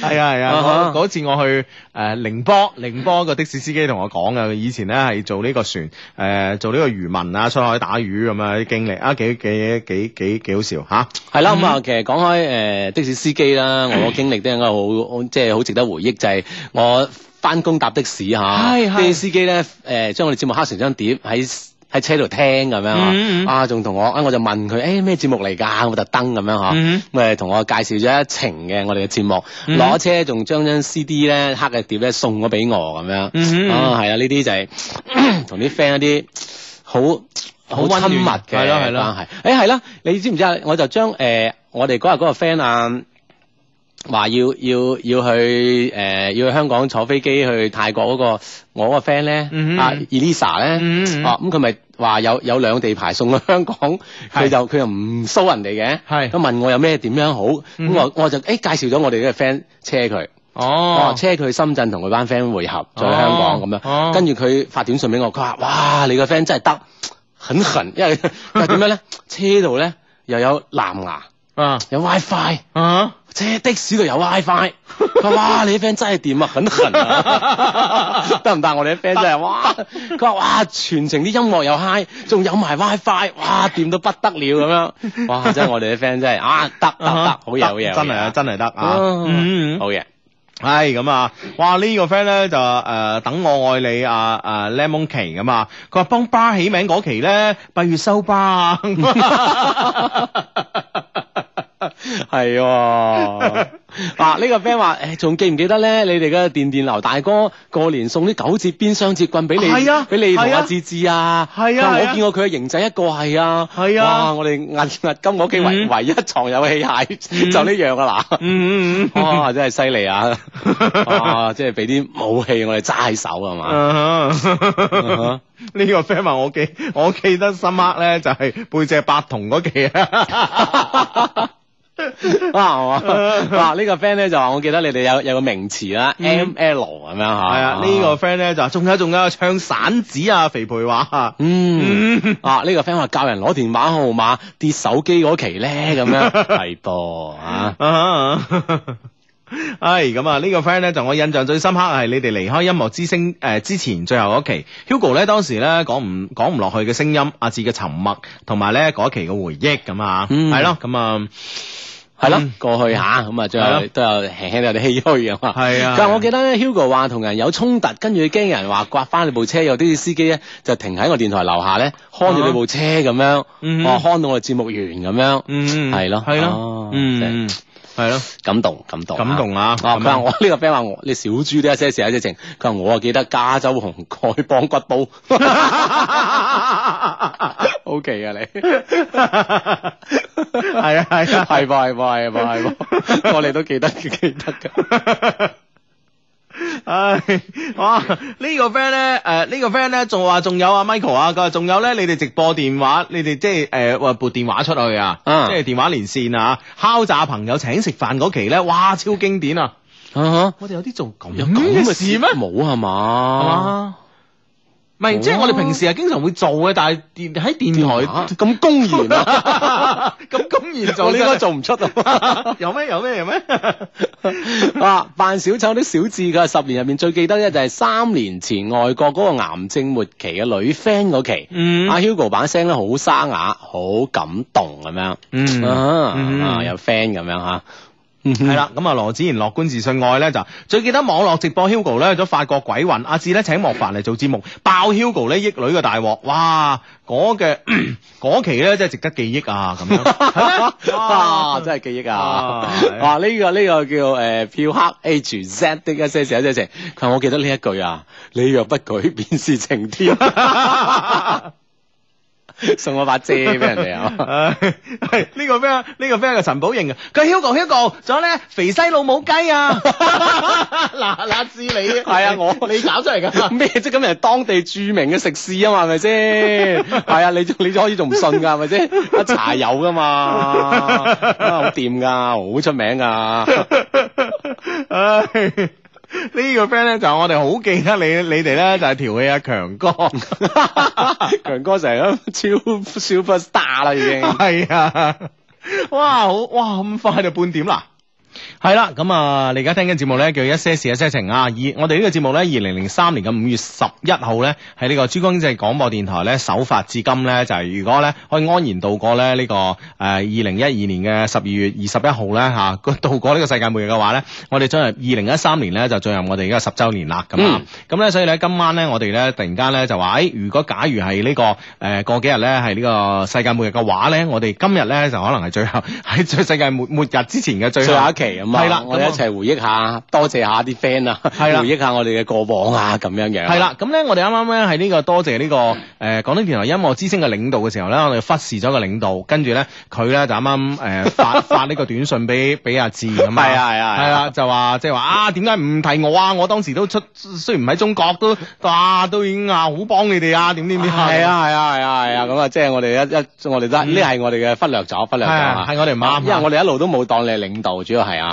係啊係
啊
啊，
哈
嗰嗰次我去誒寧波，寧波個的士司機同我講嘅，佢以前咧係做呢個船誒做呢個漁民啊，出海打魚咁啊啲經歷啊，幾幾幾幾幾好笑嚇。
係啦，咁啊，其實講開誒的士司機啦，我經歷都應該好好，即係好值得回憶，就係我翻工搭的士嚇，
係係
的士司機咧誒將我哋節目刻成張碟喺。喺車度聽咁樣啊
嗯嗯
啊，仲同我啊，我就問佢，誒咩節目嚟㗎？我特登咁樣嚇，
嗯
咁誒同我介紹咗一程嘅我哋嘅節目，
嗯
攞車仲將張 CD 咧黑嘅碟咧送咗俾我咁樣，
嗯嗯
啊係啊，呢啲就係 *clears throat* 同啲 friend 一啲好
好
好
溫
親密
暖
嘅
係咯係咯
關係。誒係啦，你知唔知啊？我就將誒、呃我哋嗰日嗰個 friend 啊，話要要要去誒、呃要去香港坐飛機去泰國嗰、個我嗰個 friend 咧，
嗯
啊 Elisa 咧，
嗯嗯
啊咁佢咪話有有兩地牌送去香港，
係
佢就佢又唔收人哋
係
嘅，咁問我有咩點樣好，咁、
嗯
我我就誒、欸介紹咗我哋呢個 friend 車佢。哦
哦，
車佢去深圳同佢班 friend 會合，再去香港咁
哦
樣。跟住佢發短信俾我，佢話：哇，你個 friend 真係得，很痕，因為佢話點 *laughs* 樣咧？車度咧又有藍牙，
啊
有 WiFi， *laughs*
啊！
車的士度有 WiFi。佢
*laughs*
話：哇，你啲 friend 真係掂啊，很痕啊，得唔得？我哋啲 friend 真係哇！佢話：哇，全程啲音樂又 high，仲有埋 WiFi，哇，掂到不得了咁
*laughs*
樣。哇，真係我哋啲 friend 真係啊，得得得，好嘢好嘢，
真係
係
啊，真係得啊
哦，
嗯。
好嘢。
系咁啊！哇，呢、個 friend 咧就诶、呃等我愛你啊啊 Lemon 期咁啊，佢話幫巴起名嗰期咧八月收巴啊，*laughs*
*laughs* 係喎，嗱呢個 friend 話誒，仲記唔記得咧？你哋嘅電電流大哥過年送啲九節邊雙節棍俾你，
係啊
俾你同
係啊
阿志志啊，
係啊
佢話
係啊
我見過佢嘅型仔一個係啊，
係啊
哇！我哋銀銀金我屋企唯
嗯
唯一藏有
嗯
器械就呢樣啊嗱。
嗯嗯嗯
哇！真係犀
*laughs*
利啊！哇！即係俾啲武器我哋揸喺手啊嘛。
*laughs* 啊哈
哈
呢個 friend 話我記我記得深刻咧就係背脊八同嗰期啊，
啊，
嗯
係嘛？哇！呢個 friend 咧就話，我記得你哋有有個名詞啦，M L 咁樣嚇。
係
係
啊呢個 friend 咧就話仲有仲有唱散紙啊肥培話，嗯
嗯， *laughs* 啊呢、個 friend 話教人攞電話號
*laughs*
碼跌手機嗰期咧，咁樣係噃啊，
啊。 *laughs* 唉，咁啊，呢個 friend 咧就我印象最深刻係你哋離開音樂之星誒、呃之前最後嗰期，Hugo 咧當時咧講唔講唔落去嘅聲音，阿志嘅沉默，同埋咧嗰期嘅回憶咁啊，
嗯
係咯，咁啊，
係咯
嗯，
過去下咁啊，最
係
後
咯
都有輕輕有啲唏噓啊嘛。
係啊
佢話我記得咧，Hugo 話同人有衝突，跟住佢驚人話刮翻你部車，有啲司機咧就停喺我電台樓下咧，看住你部車咁樣，
嗯
哦，看到我哋節目完咁樣，
嗯，
係咯
係
哦
咯，嗯，係咯，
感動感動啊
感動啊，
啊！
咁
佢
樣
話我呢個 friend 話我你小豬都一些事一些情，佢話我啊記得加州紅丐幫骨煲 *laughs* ，O K 啊
*laughs*
你
係啊
*laughs*
係啊
係噃係噃係噃係 *laughs* 噃，我哋都記得記得㗎。
*laughs* 唉，哇！呢、個 friend 咧，誒、呢、個 friend 咧，仲話仲有啊 Michael 啊，佢話仲有咧，你哋直播電話，你哋即係誒話撥電話出去啊，
嗯
即係電話連線啊，敲詐朋友請食飯嗰期咧，哇，超經典啊！
啊
我哋有啲做咁
有咁嘅事
事
咩
咩？？
冇係嘛？
啊，唔係，即係我哋平時係經常會做嘅，但係電喺
嗯
電台
咁公然啊！
*laughs* 咁公然做
我
呢
應該
個
*laughs* 做唔出啊！
*laughs* 有咩有咩有咩？
*laughs* 啊，扮小丑啲小智嘅十年入面最記得咧就係三年前外國嗰個癌症末期嘅女 friend 嗰期，
嗯
阿 Hugo 把聲咧好沙啞，好感動咁樣，
嗯
啊
嗯
啊有 friend 咁樣吓，
系
係 *laughs*
啦，咁啊，羅子賢樂觀自信愛咧就最記得網絡直播 Hugo 咧去咗法國鬼混，阿志咧請莫凡嚟做節目，爆 Hugo 咧益女嘅大鑊，哇！嗰嘅 *clears throat* 嗰期咧真係值得記憶啊， *laughs* 咁樣
啊，真係記憶啊
*laughs* 啊！
哇，呢個呢個叫誒票黑 H Z 的一些事一些情，佢話我記得呢一句啊，你若不舉，便是晴天。 *laughs* 送我把遮俾人哋啊！
唉係呢個咩啊？呢個 friend 嘅陳寶瑩啊，佢 Hugo Hugo，仲有咧肥西老母雞啊！ *laughs* 嗱嗱， *laughs* 知你
係啊 *laughs* 我
你搞出嚟㗎。
咩啫？咁人哋當地著名嘅食肆啊嘛，係咪 *laughs* 先？係啊，你你可以仲唔信㗎？係咪先？一茶有 *laughs* 噶嘛，啊好掂㗎，好出名㗎。
*laughs* 唉，呢個 friend 咧就我哋好記得你，你哋咧就係調戲阿強哥，
強哥成日都超 super star 啦，已經。
係啊，哇，好哇咁快就半點啦。係啦，咁啊，你而家聽緊節目咧叫一些事一些情啊，二我哋呢個節目咧，二零零三年嘅五月十一號咧，喺呢個珠江經濟廣播電台咧首發至今咧，就係、如果咧可以安然度過咧呢、個誒二零一二年嘅十二月二十一號咧嚇，個度過呢個世界末日嘅話咧，我哋進入二零一三年咧就進入我哋而家十週年啦咁啊
嗯，
咁咧、所以咧今晚咧我哋咧突然間咧就話，誒、哎如果假如係呢、個誒、過幾日咧係呢個世界末日嘅話咧，我哋今日咧就可能係最後喺最世界末末日之前嘅最
最後一期啊嘛，
係啦
我哋一齊回憶下，多謝下啲 friend 啊，
係啦
回憶下我哋嘅過往啊，咁樣樣。
系啦，咁咧我哋啱啱咧喺呢個多謝呢、個誒、呃、廣東電台音樂之星嘅領導嘅時候咧，我哋忽視咗個領導，跟住咧佢咧就啱啱
*laughs*
誒發發呢個短信俾俾阿志咁
係啊係啊係啊
係啦，就話即係話啊點解唔提我啊？我當時都出雖然唔喺中國都啊都已經啊好幫你哋啊點點點
係啊係啊係啊係啊，咁啊即係我哋一一我哋都係呢係我哋嘅忽略咗忽略咗啊
係係我哋唔啱啊
因為我哋一路都冇當你係領導，主要係啊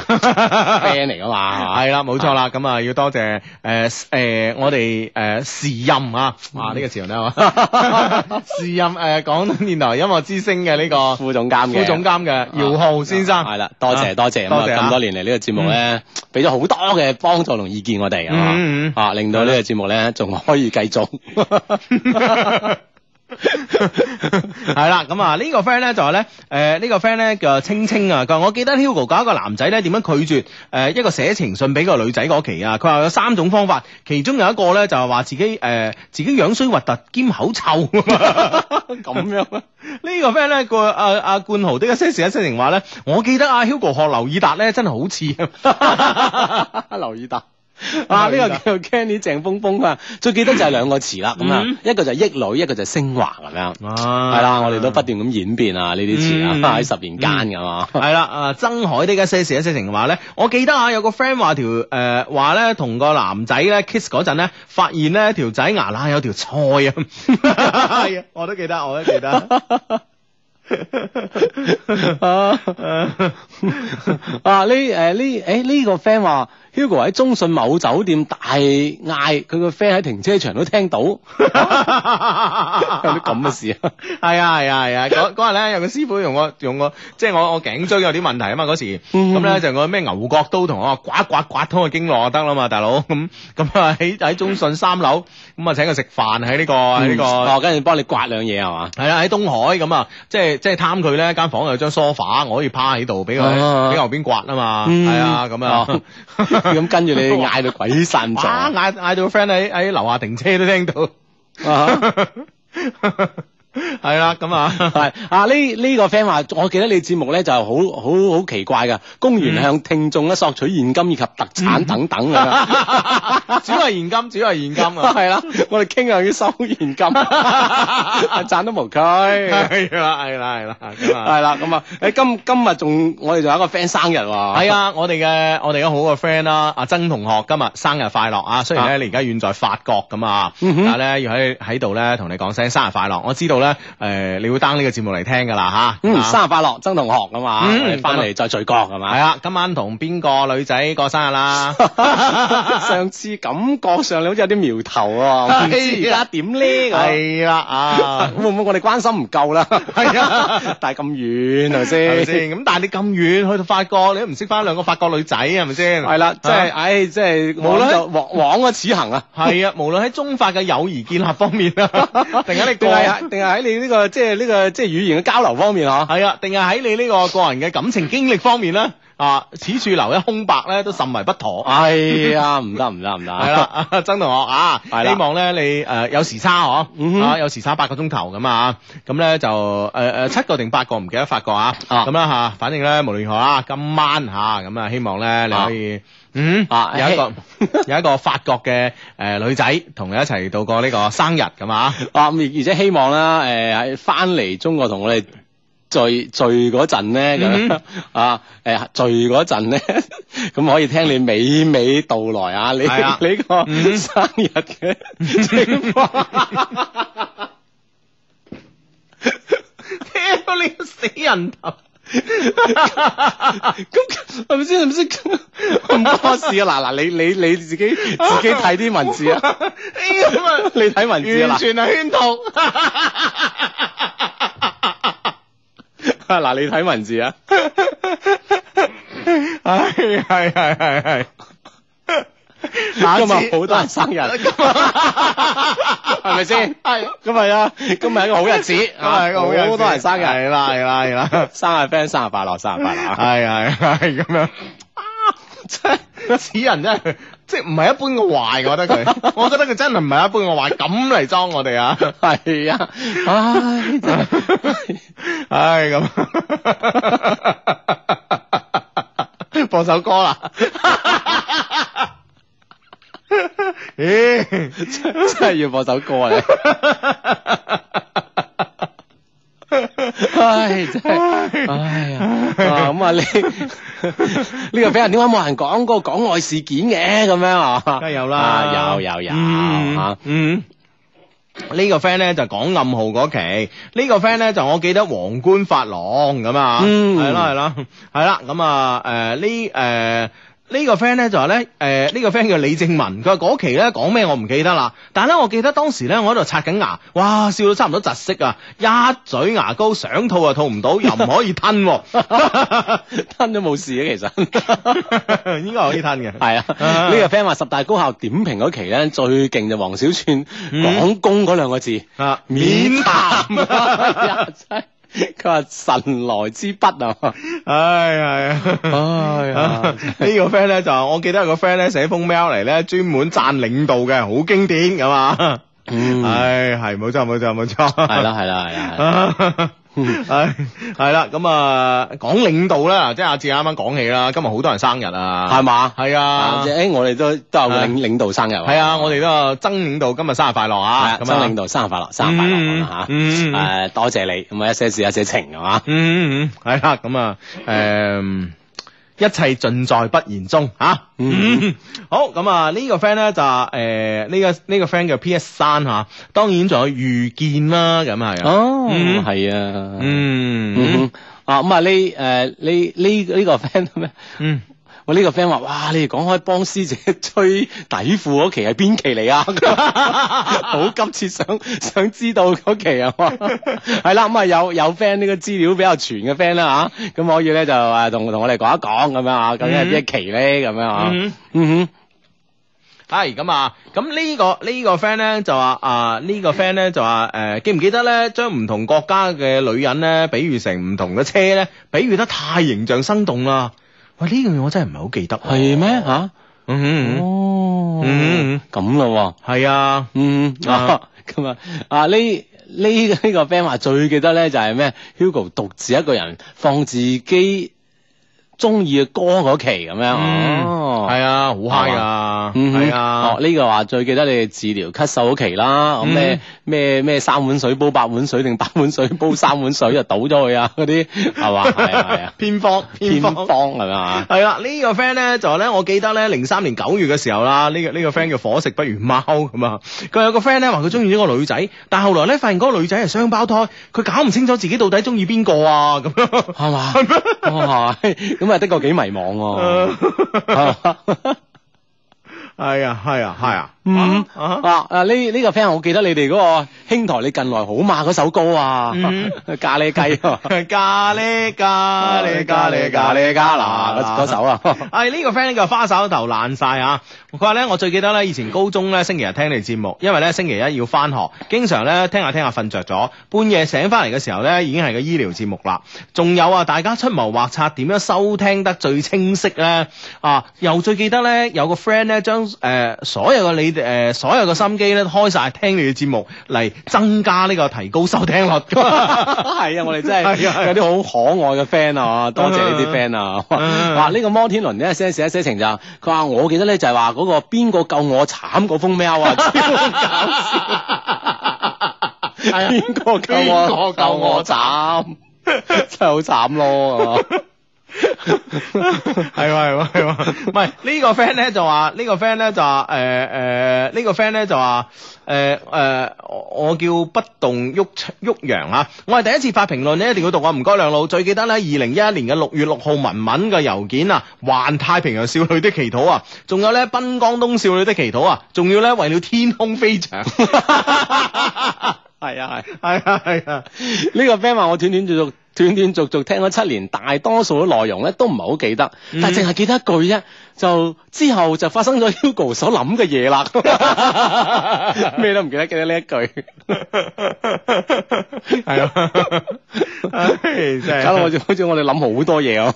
friend 嚟噶嘛，係嘛
係啦，冇錯啦，咁啊要多謝誒誒我哋誒時任啊，哇呢個詞用得 *laughs* 好，時任呃誒廣東電台音樂之星嘅呢個
副總監嘅啊
副總監嘅姚浩先生，
係啦，多謝多謝，咁
多謝
啊
啊
咁多年嚟呢個節目咧，俾咗好多嘅幫助同意見我哋啊嘛
嗯嗯嗯，
啊令到呢個節目咧仲可以繼續。
嗯
*laughs*
係啦，咁啊呢個 friend 咧就係咧，誒呢個 friend 咧叫青青啊，佢話我記得 Hugo 教一個男仔咧點樣拒絕誒一個寫情信俾個女仔嗰期啊，佢話有三種方法，其中有一個咧就係話自己誒自己樣衰核突兼口臭。 *laughs*
咁樣啊
呢個 friend 咧，個啊阿阿冠豪的一些事一些情話咧，我記得啊阿 Hugo 學劉以達咧，真係好似啊
留意到。啊！呢、個叫 Kenny 鄭風風啊，最記得就係兩個詞啦，咁啊、
嗯
一個就係益女，一個就係升華咁樣，
*laughs*
係啦、我哋都不斷咁演變啊呢啲詞啊
嗯
喺、十年間
*laughs*
噶嘛，
係啦，啊曾海的一些事一些情話咧，我記得啊有個 friend 話條誒話咧同個男仔咧 kiss 嗰陣咧，發現咧條仔牙罅有條菜啊，係啊， *laughs* 我都記得，我都記 *laughs* 得。
啊啊呢誒呢誒呢個 friend 話 Hugo 喺中信某酒店大嗌，佢個 friend 喺停車場都聽到，有啲咁嘅事啊！
係啊係啊係啊！嗰嗰日咧有個師傅用我用我即係我我頸椎有啲問題啊嘛嗰時，
嗯
咁咧就我咩牛角刀同我刮刮刮通個經絡就得啦嘛，大佬咁咁啊喺喺中信三樓咁啊請佢食飯喺呢個喺呢個。
哦，跟住幫你刮兩嘢係嘛？
係啦，喺東海咁啊，即係即係貪佢咧，間房有張 sofa，我可以趴喺度俾佢
啊
俾牛邊刮啊嘛，
嗯
係啊咁啊 *laughs*
哦，咁跟住你嗌到鬼散咁
哇
滯
嗌嗌到個 friend 喺喺樓下停車都聽到， *laughs*
啊！
係啦咁啊，
*laughs* 系啊，呢呢個 friend 話，我記得你節目咧就好好好奇怪噶，公
嗯
然向聽眾咧索取現金以及特產等等
*laughs*
咁樣。
啊主要係現金，主要係現金
*laughs*
啊。
係啦，我哋傾向於收現
*laughs*
金，*laughs* 賺都無區。
係啦，係啦，係啦，咁啊。
係啦，咁啊，诶，今今日仲我哋仲有一個 friend 生日喎。
系啊，我哋嘅我哋嘅好嘅 friend 啦，阿曾同學今日生日快樂啊！雖然咧你而家遠在法國咁啊，
嗯哼
但係咧要喺喺度咧同你講聲生日快樂。我知道咧，诶你會 down 呢個節目嚟聽㗎啦吓。
嗯，
啊
生日快樂，曾同學咁嘛，
嗯
我哋翻嚟再聚角係
係
嘛？
啊，今晚同邊個女仔過生日啊
*laughs*
啦？啊
上次感覺上你好似有啲苗頭
*laughs*
喎，唔知而
啊
家點咧咁。
係啦
*laughs*
啊，
會唔會我哋關心唔夠啦？
係啊。
*laughs* 但係咁遠係咪
係咪
先？
先？咁但係你咁遠去到法國，你都唔識翻兩個法國女仔係咪先？
系啦，即 *laughs* 係，唉，即係
無
無
論
論就枉枉咗此行啊！
係啊，無論喺中法嘅友誼建立方面啊，突然間你
*laughs* 定
過
係喺定係喺你呢個即係呢個即係語言嘅交流方面啊，
系啊，定係喺你呢個個人嘅感情經歷方面咧，啊，此處留一空白咧，都甚為不妥。
*laughs* 哎呀，唔得唔得 *laughs* 唔得，
係啦， *laughs* 啊曾同學啊，
係啦
希望咧你诶有時差嗬，
嗯哼
啊有時差八個鐘頭咁啊，咁咧就诶诶七個定八個唔記得發覺啊，
啊
咁啦吓，反正咧無論如何啊，今晚吓咁啊，希望咧你可以嗯
啊
有一個 *laughs* 有一個法國嘅诶女仔同你一齊度過呢個生日咁
*laughs*
啊，
啊，咁而而且希望啦，诶喺翻嚟中國同我哋。聚聚嗰陣咧，
嗯
咁 *laughs* 啊，誒聚嗰陣咧， *laughs* 咁可以聽你娓娓道來啊，你
係啊
*laughs* 你個
嗯
生日嘅情 *laughs* 況，
屌你個死人
*laughs*
頭！
咁係咪先？係咪先？ *laughs* 咁多事啊！嗱嗱，你你你自己自己睇啲文字啊！
咁啊
你睇文字啊
完全係圈套。
嗱， *laughs* 嗱你睇文字啊，
唉，係係係 *laughs* 係。
今日好多人生
*laughs*
日，
係
咪先
係，
今日啊，今日係一個好日子，
*laughs*
啊
今日係個好日子
好多人生日，
係啦係啦係啦，
生日 friend 生日快樂，生日快樂
*laughs*
啊！
係係係咁樣。啊真係此人真係，即係唔係一般嘅壞，我覺得
*laughs*
佢，我覺得佢真係唔係一般嘅壞，咁嚟裝我哋啊！
係啊，唉，真係
唉，咁播首歌啦。
*laughs*
咦，
真係要播首歌
*laughs*
啊！你唉，真係，唉呀，啊咁啊，你 *laughs* 呢個俾人點解冇人講嗰個港外事件嘅咁樣啊？
梗係有啦，
啊有有有
嗯
啊！ *laughs*
嗯。呢個 friend 咧就講暗號嗰期，呢、個 friend 咧就我記得皇冠發廊咁啊，
嗯
係啦係啦係啦，咁啊誒呢誒呢個 friend 咧就話咧誒呢個 friend 叫李正文，佢話嗰期咧講咩我唔記得啦，但係咧我記得當時咧我喺度刷緊牙，哇笑到差唔多窒息啊，一嘴牙膏想吐啊吐唔到，又唔可以吞 *laughs* 喎、
吞咗冇事嘅，
*laughs*
其實。
應該可以吞嘅，
係啊，
啊
呢個 friend 話十大高校點評嗰期咧，最勁就黃小串
嗯
廣工嗰兩個字，
啊
免談。哎呀 *laughs* 真係佢話神來之筆啊！
唉係啊。
哎
呢
*laughs*
個 friend 咧就話我記得有個 friend 咧寫封 mail 嚟咧，專門讚領導嘅，好經典咁啊！ *laughs*
嗯，係
唉，係冇錯冇錯冇錯，係 *laughs*
啦係啦係啦係啦，
係係啦，咁啊講領導啦，即係阿志啱啱講起啦，今日好多人生日啊，
係嘛？
係啊
啊，，誒我哋都都有個領領導生日喎，
係啊，我哋都有曾領導今日生日快樂啊，
係啊，
咁
新
啊
領導生日快樂，生日快樂咁啊
嗯嗯
嚇！誒多謝你，咁啊一些事一些情係嘛？
嗯嗯嗯，係啦，咁啊，誒。一切盡在不言中嚇、啊
嗯
好咁啊，呢個 friend 咧就誒呢、個呢、個 friend 叫 P.S. 三嚇、啊當然仲有遇見啦，咁係啊，
哦
嗯
係啊，
嗯
呃嗯啊咁啊呢誒呢呢呢個 friend 咩？
嗯
我呢個 friend 話：，哇！你哋講開幫師姐吹底褲嗰期係邊期嚟啊？ *laughs* 好急
*laughs*
切想想知道嗰期啊！ *laughs* 係啦，咁啊有有 friend 呢個資料比較全嘅 friend 啦吓，咁可以咧就誒同同我哋講一講咁樣啊，究竟係邊一期咧咁樣啊？
嗯
嗯
係咁啊，咁呢、個呢、個 friend 咧就話啊，呢、個 friend 咧就話誒、記唔記得咧將唔同國家嘅女人咧比喻成唔同嘅車咧，比喻得太形象生動啦。喂，呢樣嘢我真係唔係好記得。
哼，係咩啊吓？
嗯哼嗯
哦
嗯
咁咯喎。
哼，係啊。
嗯，啊， *laughs* 咁啊，啊呢呢呢個 friend 話最記得咧就係咩？Hugo 獨自一個人放自己中意嘅歌嗰期咁樣，
嗯
哦，
係啊，好 high 噶，
嗯哼
係啊嗯
哦，，呢個話最記得你哋治療咳嗽嗰期啦，咁咩咩咩三碗水煲八碗水定八碗水煲三碗水就倒咗佢啊， *laughs* 嗰啲係嘛？係啊係啊，
*laughs* 偏方
*laughs* 偏方係咪啊？
係啦，呢、個 friend 咧就話咧，我記得咧零三年九月嘅時候啦，呢、個呢、個 friend 叫伙食不如貓咁啊。佢有個 friend 咧話佢中意咗個女仔，但後來咧發現嗰個女仔係雙胞胎，佢搞唔清楚自己到底中意邊個啊咁樣。*laughs*
係嘛？哇，咁啊的確幾迷茫喎。係
*laughs*
嘛
係啊，係啊，係啊。
嗯
啊
啊啊！呢呢個 friend，我記得你哋嗰個兄台，你近來好嘛嗰首歌啊
嗯，
*laughs* 咖喱雞啊， *laughs*
*laughs* 咖喱咖喱咖喱咖喱咖
嗱
喱
*laughs* 嗰嗰
*laughs*
首啊，
係呢、個 friend 叫花手頭爛晒啊！佢話咧，我最記得咧，以前高中咧星期日聽你節目，因為咧星期一要翻學，經常咧聽下聽下瞓着咗，半夜醒翻嚟嘅時候咧已經係個醫療節目啦。仲有啊，大家出謀劃策點樣收聽得最清晰咧？啊，又最記得咧有個 friend 咧將誒所有嘅你誒、呃所有嘅心機咧開晒聽你哋節目嚟增加呢個提高收聽率㗎。
係啊，我哋真係
係啊係啊
有啲好可愛嘅 friend 啊，多謝呢啲 friend 啊！
嗯
哇，呢個摩天輪呢，一些事一些情就，佢話我記得咧就係話嗰個邊個救我慘嗰封 mail
*laughs*
啊，超 *laughs* 搞笑！邊個救我
邊個啊救我 *laughs*
慘？真係好慘咯！啊係嘛
係喎係喎係喎，唔係呢個 friend 咧就話呢個 friend 咧就話誒誒呢個 friend 咧就話誒誒我我叫不動喐喐陽啊，我係第一次發評論咧，一定要讀啊！唔該兩老，最記得咧二零一一年嘅六月六號文文嘅郵件啊，環太平洋少女的祈禱啊，仲有咧濱江東少女的祈禱啊，仲要咧為了天空飛翔，
係啊係。
係啊係啊。
*laughs* 呢個 friend 話我斷斷續續。斷斷續續聽咗七年，大多數嘅內容咧都唔係好記得，
嗯
但係淨係記得一句啫，就之後就發生咗 *laughs* Hugo 所諗嘅
*laughs*
嘢啦，咩都唔記得，記得呢一句，
*laughs* 系啊，唉，哎真系
搞到
*laughs*
我好似我哋諗好多嘢哦。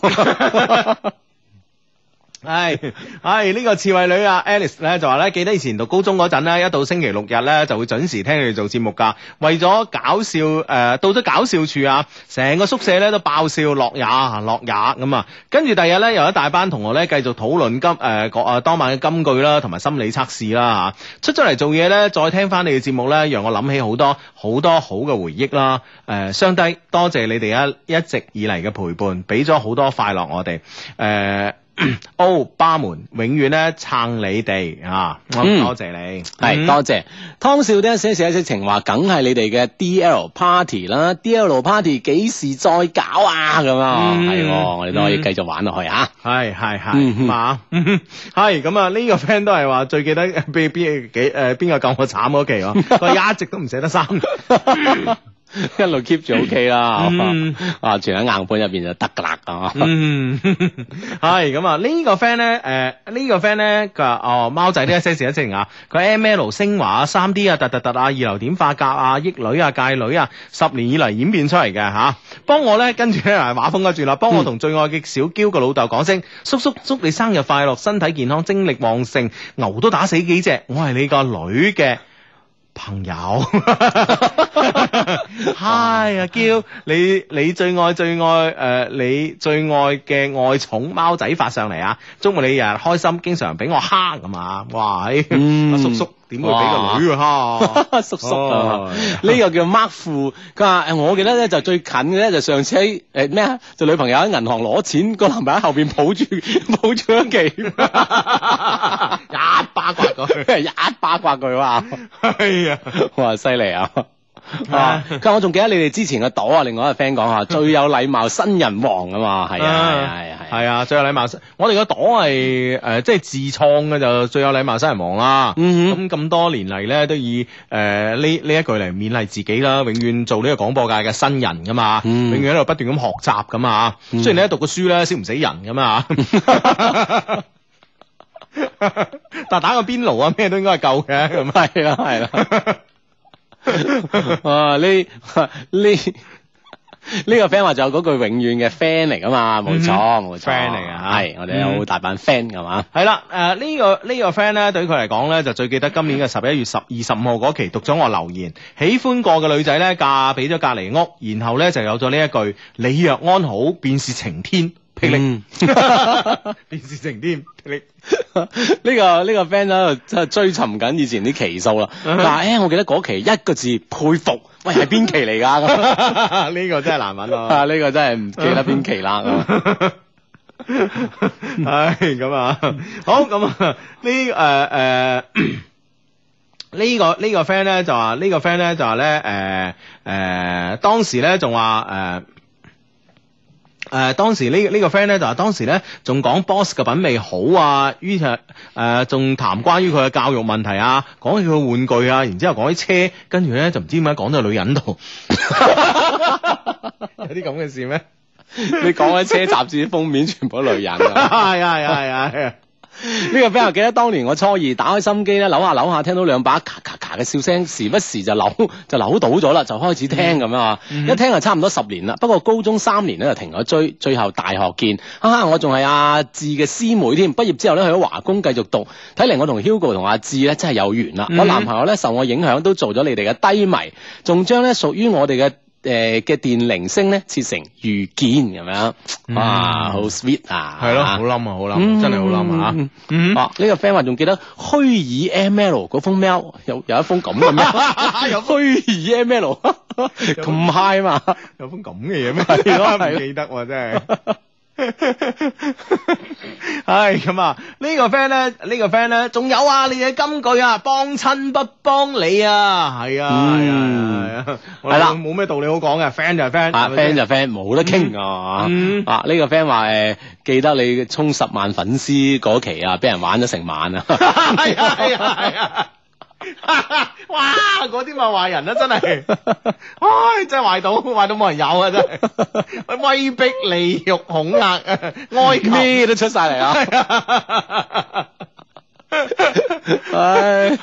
唉，唉，哎呢、個刺猬女啊，Alice 咧就話咧，記得以前讀高中嗰陣咧，一到星期六日咧就會準時聽你哋做節目㗎。為咗搞笑誒、呃到咗搞笑處啊，成個宿舍咧都爆笑落也落也咁啊。跟住第二日咧，又有一大班同學咧繼續討論今呃誒個誒當晚嘅金句啦，同埋心理測試啦嚇。出咗嚟做嘢咧，再聽翻你哋節目咧，讓我諗起好多好多好嘅回憶啦。誒、相低多謝你哋啊一一直以嚟嘅陪伴，俾咗好多快樂我哋誒。呃 *clears throat* O 巴門永遠咧撐你哋啊！我
嗯
多謝你，嗯
係多謝湯少啲一些事一些情話，梗係你哋嘅 D L party 啦，D L party 幾時再搞啊？咁啊，
嗯
係喎，我哋都可以繼續玩落去啊！ *laughs*
係係
嗯
係
哼
嘛， *laughs* 係咁啊！呢個 friend 都係話最記得呃邊邊幾誒邊個救我慘嗰期喎，佢話一直都唔捨得刪。
*laughs* 一路 keep 住 OK 啦
嗯，
*laughs* 啊，全喺硬盤入邊就得噶啦，啊，
嗯， *laughs* 係咁啊！呢個 friend 咧，誒呢個 friend 咧，佢話哦貓仔呢一些事一些情啊，佢 M L 升華啊、三 D 啊、突突突啊、二流點化格啊、益女啊、界女啊，十年以嚟演變出嚟嘅嚇。幫我咧，跟住咧畫風跟住啦，幫我同最愛嘅小嬌個老豆講聲，叔叔祝你生日快樂，身體健康，精力旺盛，牛都打死幾隻，我係你個女嘅。朋友 *laughs* 嗨阿嬌，你你最愛最愛誒、呃你最愛嘅愛寵貓仔發上嚟啊！祝你日日開心，經常俾我蝦咁啊！哇，嘿
嗯
阿叔叔點會俾個女佢
*laughs*
蝦？
叔叔啊
哦，
呢個叫 Mark 富，佢話誒我記得咧就最近嘅咧就上次喺誒咩啊，就女朋友喺銀行攞錢，個男朋友喺後邊抱住 *laughs* 抱住一期，
一巴刮佢，
*laughs* 俾人一巴刮佢哇， *laughs*
哎呀！
哇犀利啊！啊佢話我仲記得你哋之前嘅朵啊，另外一個 friend 講下最有禮貌新人王啊嘛，係啊係啊係啊，
係啊，最有禮貌。我哋個黨係誒，呃即係自創嘅就最有禮貌新人王啦。
嗯哼
咁咁多年嚟咧，都以誒呢呢一句嚟勉勵自己啦，永遠做呢個廣播界嘅新人噶嘛，
嗯
永遠喺度不斷咁學習噶嘛。
嗯
雖然你喺讀過書咧，燒唔死人噶嘛。 *laughs* 但打個邊爐啊，咩都應該係夠嘅咁啊。
係啦係啦， *laughs* 啊呢 *laughs* 呢。呢個 friend 話就有嗰句永遠嘅 friend 嚟噶嘛，冇錯
嗯
冇錯
friend 嚟㗎
係我哋有
嗯
大版 friend 噶嘛，
係啦，誒、呃呢、個呢、個 friend 咧，對於佢嚟講咧，就最記得今年嘅十一月十二十五號嗰期讀咗我留言，喜歡過嘅女仔咧嫁俾咗隔離屋，然後咧就有咗呢一句：你若安好，便是晴天。霹靂，
嗯
便是晴天，霹靂。
呢個呢個 friend 喺度真係追尋緊以前啲期數啦。
嗯
但係誒，我記得嗰期一個字佩服，喂係邊期嚟
*laughs*
㗎？
*laughs*
咁
呢個真係難揾
啊
啊！
呢個真係唔記得邊期啦。
嗯
咁
*laughs* 唉，咁啊，好咁啊，呢誒誒。呃呢、個呢、個 friend 咧就話呢、個 friend 咧就話咧誒誒當時咧仲話誒。誒、當時呢、呢個 friend 咧就話當時咧仲講 boss 嘅品味好啊，於是誒仲談關於佢嘅教育問題啊，講起佢嘅玩具啊，然之後講起車，跟住咧就唔知點解講到女人度， *laughs* 有啲咁嘅事咩？
你講緊車 *laughs* 雜誌封面全部都女人
*laughs* 係
啊。
啊係啊係啊係啊！
*laughs* 呢個 friend 又記得當年我初二打開心機咧，扭下扭下，聽到兩把咔咔咔嘅笑聲，時不時就扭 *laughs* 就扭到咗啦，就開始聽咁樣啊！
嗯
一聽就差唔多十年啦。不過高中三年咧就停咗追，最後大學見。哈哈，啊我仲係阿志嘅師妹添。畢業之後咧去咗華工繼續讀，睇嚟我同 Hugo 同阿志咧真係有緣啦。
嗯
我男朋友咧受我影響都做咗你哋嘅低迷，仲將咧屬於我哋嘅。誒嘅電鈴聲咧，切成遇見咁樣，哇，
嗯
好 sweet 啊！
係咯，好冧啊，好
嗯
冧，真係好冧啊
嗯！
嗯
啊！呢、個 friend 話仲記得虛擬 M L 嗰封 mail 有有一封咁
*laughs*
嘅 mail，有虛擬 M L 咁 high 嘛？
有封咁嘅嘢 *laughs* 咩？
係咯係咯
唔記得喎，真係。 *laughs* 唉，咁啊，呢個 friend 咧，呢個 friend 咧，仲有啊，你哋嘅金句啊，幫親不幫你啊，係啊，係啊係啊，係啊我
係啦
冇咩道理好講嘅，friend 就係 friend，係
啊
咪先
，friend 就 friend，冇得傾啊！
嗯
啊，呢、個 friend 話誒，記得你充十萬粉絲嗰期啊，俾人玩咗成
*laughs*
晚啊！
係啊係啊係啊！哇！嗰啲咪壞人啦，啊真係，唉，真係壞到壞到冇人有啊，真係，威逼利欲恐嚇，哀求。
咩都出晒嚟
*laughs* 哎
啊！唉，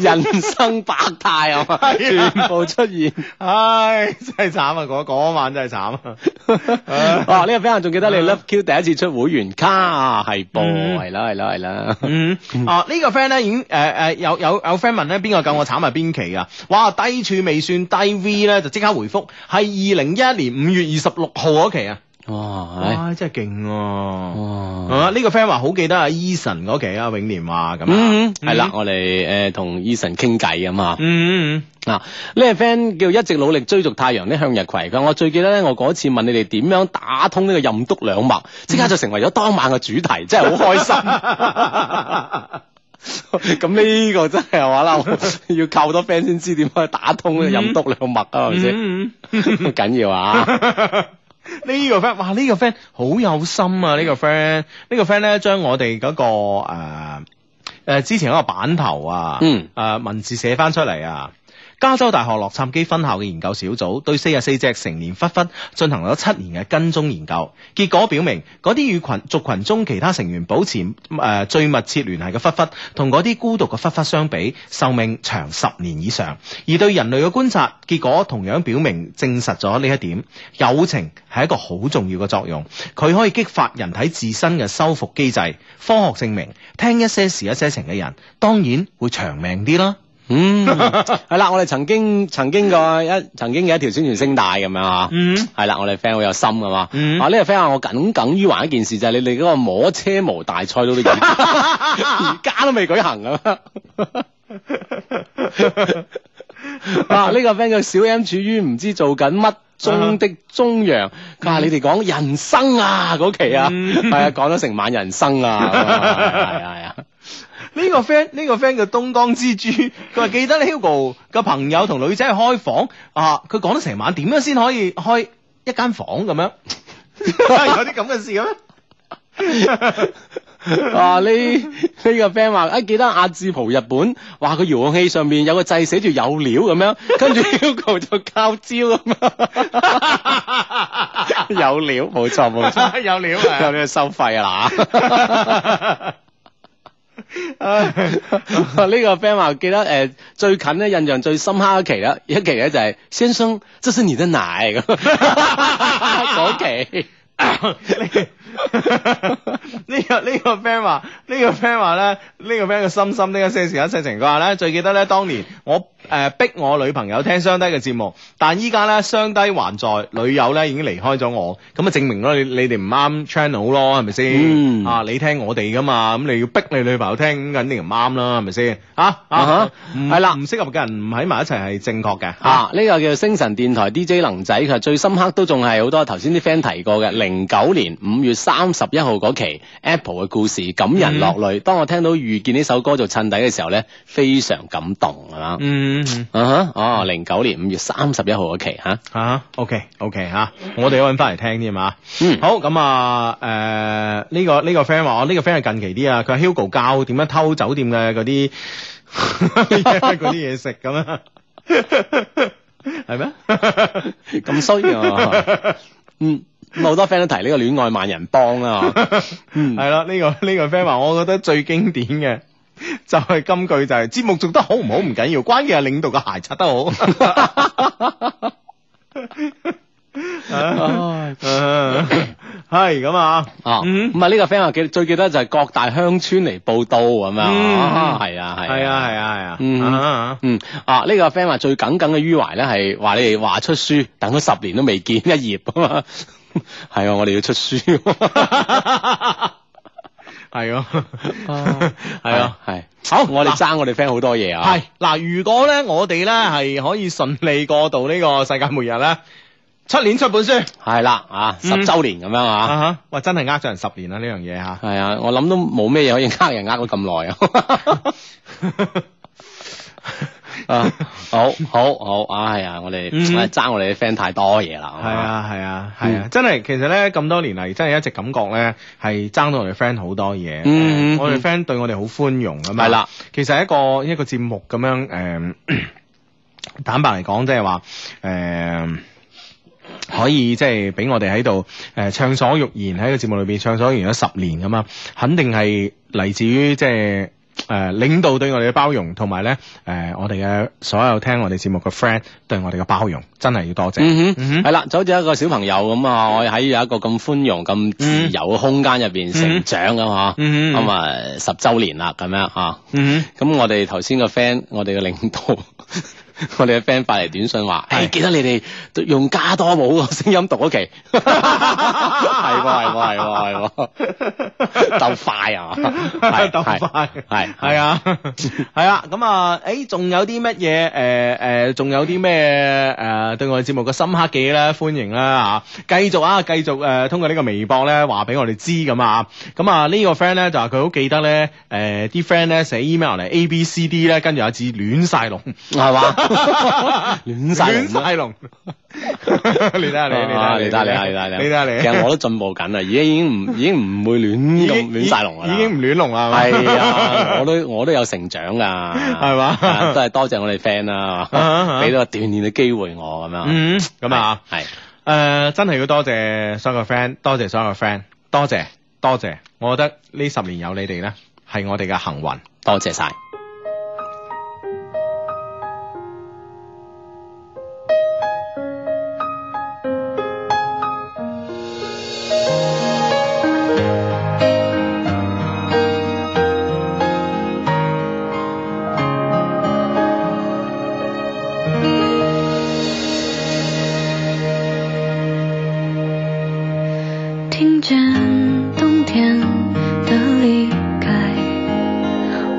人生百
*laughs*
態啊嘛，
係啊
全部出現。
唉，真係慘啊！嗰嗰晚真係慘啊！
哦，呢個 friend 仲記得你 Love Q 第一次出會員卡啊，係噃，
嗯
係啦，係啦，係啦。
嗯，啊呢、個 friend 咧已經誒誒、呃有有有 friend 問咧邊個夠我慘係邊期啊？哇低處未算低 V 咧就即刻回覆係二零一一年五月二十六號嗰期啊！
哇，
哇真係勁
哦
喎！
哇，
啊呢、個 friend 話好記得啊 Eason 嗰期啊永年話咁啊
嗯，，係啦，，我哋誒同 Eason 傾偈啊嘛。
嗯嗯
嗱，呢個 friend 叫一直努力追逐太陽呢向日葵，佢話我最記得咧，我嗰次問你哋點樣打通呢個任督兩脈，即刻就成為咗當晚嘅主題， *laughs* 真係好開
嗯
心。 *laughs* 咁呢個真係話 *laughs* 啦，我要靠好多 friend 先知點樣去打通呢個任督兩脈啊，係咪
嗯
先？
嗯。
*laughs* 緊要啊！
*laughs* 呢個 friend，哇！呢、個 friend 好有心啊！呢、個 friend，呢個 friend 咧將我哋嗰、個誒、呃呃之前嗰個版頭啊，
嗯，
誒文字寫翻出嚟啊。加州大學洛杉磯分校嘅研究小組對四十四隻成年狒狒進行咗七年嘅跟蹤研究，結果表明嗰啲與群族群中其他成員保持誒、呃最密切聯繫嘅狒狒，同嗰啲孤獨嘅狒狒相比，壽命長十年以上。而對人類嘅觀察結果同樣表明證實咗呢一點，友情係一個好重要嘅作用，佢可以激發人體自身嘅修復機制。科學證明，聽一些事一些情嘅人，當然會長命啲啦。
*laughs* 嗯，係啦，我哋曾經曾經個一曾經嘅一條宣傳聲帶咁樣啊，
嗯
係啦，我哋 friend 好有心噶嘛，
嗯
啊呢個 friend 話我耿耿於懷一件事就係你哋嗰個摸車模大賽到到而家而家都未舉行咁啊。啊！呢、個 friend 叫小 M 處於唔知做緊乜中的中陽，佢話你哋講人生啊嗰期啊，係啊講咗成晚人生啊，係啊係啊。
呢個 friend 呢個 friend 叫東江之珠， *laughs* 佢話記得呢 Hugo 個朋友同女仔去開房啊，佢講咗成晚點樣先可以開一間房咁樣， *laughs* 有啲咁嘅事嘅咩？ *laughs*
啊！呢呢個 friend 話：，啊記得阿志蒲日本，話佢遙控器上面有個掣寫住有料咁樣，跟住 Hugo 就交招咁樣。 *laughs* 有料，冇錯冇錯，
有料
*laughs*
*laughs*
有 *laughs* 呢個收費啊嗱。呢個 friend 話記得誒、呃最近咧印象最深刻一期啦，一期咧就係、先生，這是你的奶咁 *laughs* 嗰期。
*laughs* 呢個呢個 friend 話，呢個 friend 話咧，呢個 friend 嘅心心呢個些事一些情，佢話咧最記得咧當年我誒逼我女朋友聽雙低嘅節目，但依家咧雙低還在，女友咧已經離開咗我，咁啊證明咯你你哋唔啱 channel 咯，係咪
嗯
先？啊，你聽我哋噶嘛，咁你要逼你女朋友聽，咁肯定唔啱啦，係咪先？啊
啊
啊
哈，
唔
係啦
唔適合嘅人唔喺埋一齊係正確嘅啊
啊！呢、個叫星辰電台 DJ 能仔，佢話最深刻都仲係好多頭先啲 friend 提過嘅，零九年五月三十一號嗰期 Apple 嘅故事感人落
嗯
淚。當我聽到遇見呢首歌做襯底嘅時候咧，非常感動，係嘛？
嗯。嗯
啊哈！哦，零九年五月三十一號嗰期吓，
啊，OK OK 吓、啊我哋要揾翻嚟聽添啊。
嗯
好咁啊，誒、呢、個呢、個 friend 話，哦我呢、個 friend 係近期啲啊，佢話 Hugo 教點樣偷酒店嘅嗰啲 *laughs* 嗰啲嘢食咁啊，係咩？
咁衰啊！
*laughs*
嗯，咁好多 friend 都提呢個戀愛萬人幫啊，
*laughs*
嗯
係啦，呢、個呢、個 friend 話，我覺得最經典嘅。就係金句就係、節目做得好唔好唔緊要，關鍵係領導嘅鞋擦得
*laughs*
好。 *laughs*
唉
啊係咁啊，
啊，
嗯
哦咁啊呢個 friend 話記最記得就係各大鄉村嚟報道咁樣，
嗯
啊係啊係
係啊，係啊，係啊，
嗯
啊
嗯，啊呢、個 friend 話最耿耿嘅於懷咧係話你哋話出書，等咗十年都未見一頁啊 *laughs* 嘛，係啊，我哋要出書，
*laughs* 係啊，係
係
啊。，
*laughs* 係好，我哋爭我哋 friend 好多嘢啊，
係嗱，如果咧我哋咧係可以順利過渡呢個世界末日咧，出年出本書
係啦啊，十
嗯
周年咁樣啊，
啊，哇真係呃咗人十年啦呢樣嘢吓，
係啊，我諗都冇咩嘢可以呃人呃咗咁耐啊。
*laughs*
啊， *laughs* 好好好啊，係啊，我哋
嗯
我哋爭我哋啲 friend 太多嘢啦，
係，啊係啊係啊，真係其實咧咁多年嚟，真係一直感覺咧係爭到我哋 friend 好多嘢，
嗯嗯嗯
我哋 friend 對我哋好寬容啊嘛，
係啦，
其實一個一個節目咁樣誒。 *clears throat* 坦白嚟講，即係話誒。可以即係俾我哋喺度誒暢所欲言喺個節目裏邊暢所欲言咗十年咁啊，肯定係嚟自於即係誒領導對我哋嘅包容，同埋咧誒我哋嘅所有聽我哋節目嘅 friend 對我哋嘅包容，真係要多謝。
嗯
嗯
哼，係啦，就好似一個小朋友咁啊，我喺有一個咁寬容、咁自由嘅空間入邊成長咁啊，
嗯
咁啊十周年啦，咁樣啊，
嗯哼，
咁我哋頭先個 friend，我哋嘅領導。 *laughs* 我哋嘅 friend 發嚟短信話：，誒、
係
記得你哋用加多姆個聲音讀嗰期，係喎係喎係喎係喎，鬥快啊！
*laughs*
係
鬥快
係係
係啊， *laughs* 係啊，咁啊，誒，仲有啲乜嘢？誒誒，仲有啲咩？誒，對我哋節目嘅深刻嘅嘢咧，歡迎啦嚇，繼續啊，繼續誒，通過呢個微博咧話俾我哋知咁啊，咁啊呢個 friend 咧就話佢好記得咧，誒啲 friend 咧寫 email 嚟 A B C D 咧，跟住阿志亂晒龍，
係嘛？亂晒龍
亂晒龍， *laughs* 你睇下你，你睇下
你得你啊，你得你啊，
你睇下你，
其實我都進步緊啦，而家已經唔已經唔會亂
已
咁
經
亂晒龍噶啦，
已經唔亂龍啦，係嘛
係啊，我都我都有成長噶，
係嘛
啊都係多謝我哋 friend
啊啊
啦，
啊
俾到個鍛鍊嘅機會我咁樣，
嗯，咁啊。
係，係
誒、呃真係要多謝所有嘅 friend，多謝所有嘅 friend，多謝多謝。我覺得呢十年有你哋咧，係我哋嘅幸運。
多謝晒。
听见冬天的离开，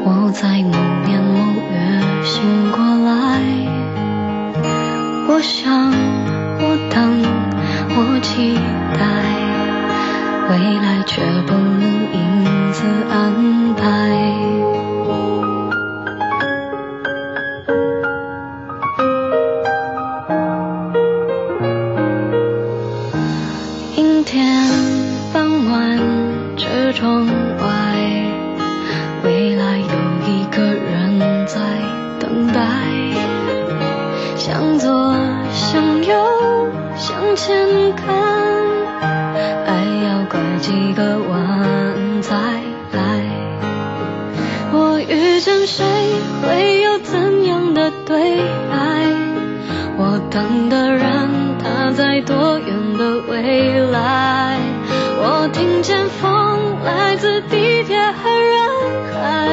我在某年某月醒过来。我想，我等，我期待，未来却不能因此安排。看它在多远的未来。我听见风来自地铁和人海，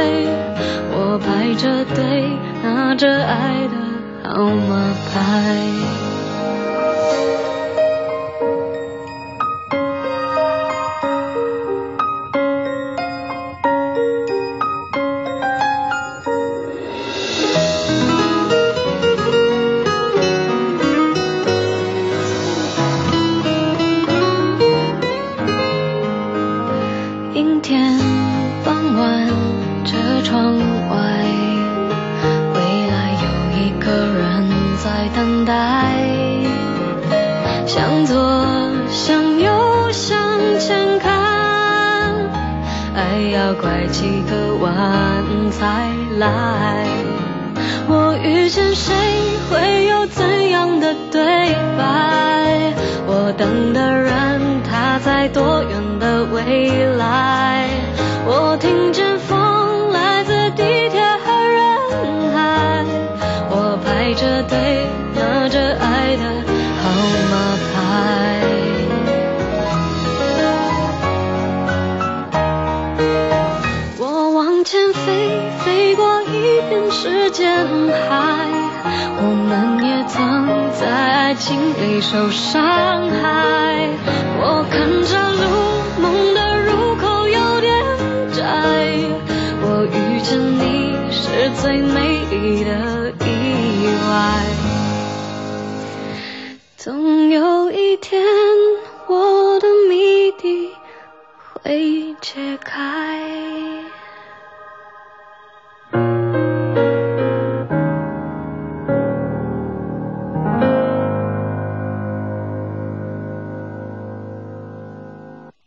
我排着队拿着爱的号码牌。阴天傍晚，车窗外，未来有一个人在等待。向左，向右，向前看，爱要拐几个弯才来。我遇见谁会有怎样的对白？我等的人他在多远的未来？我听见风来自地铁和人海，我排着队拿着爱的号码牌。我往前飞，飞过一片时间海。我们也曾在爱情里受伤害。我看着路，梦的入口有点窄。我遇见你是最美丽的意外。总有一天，我的谜底会揭开。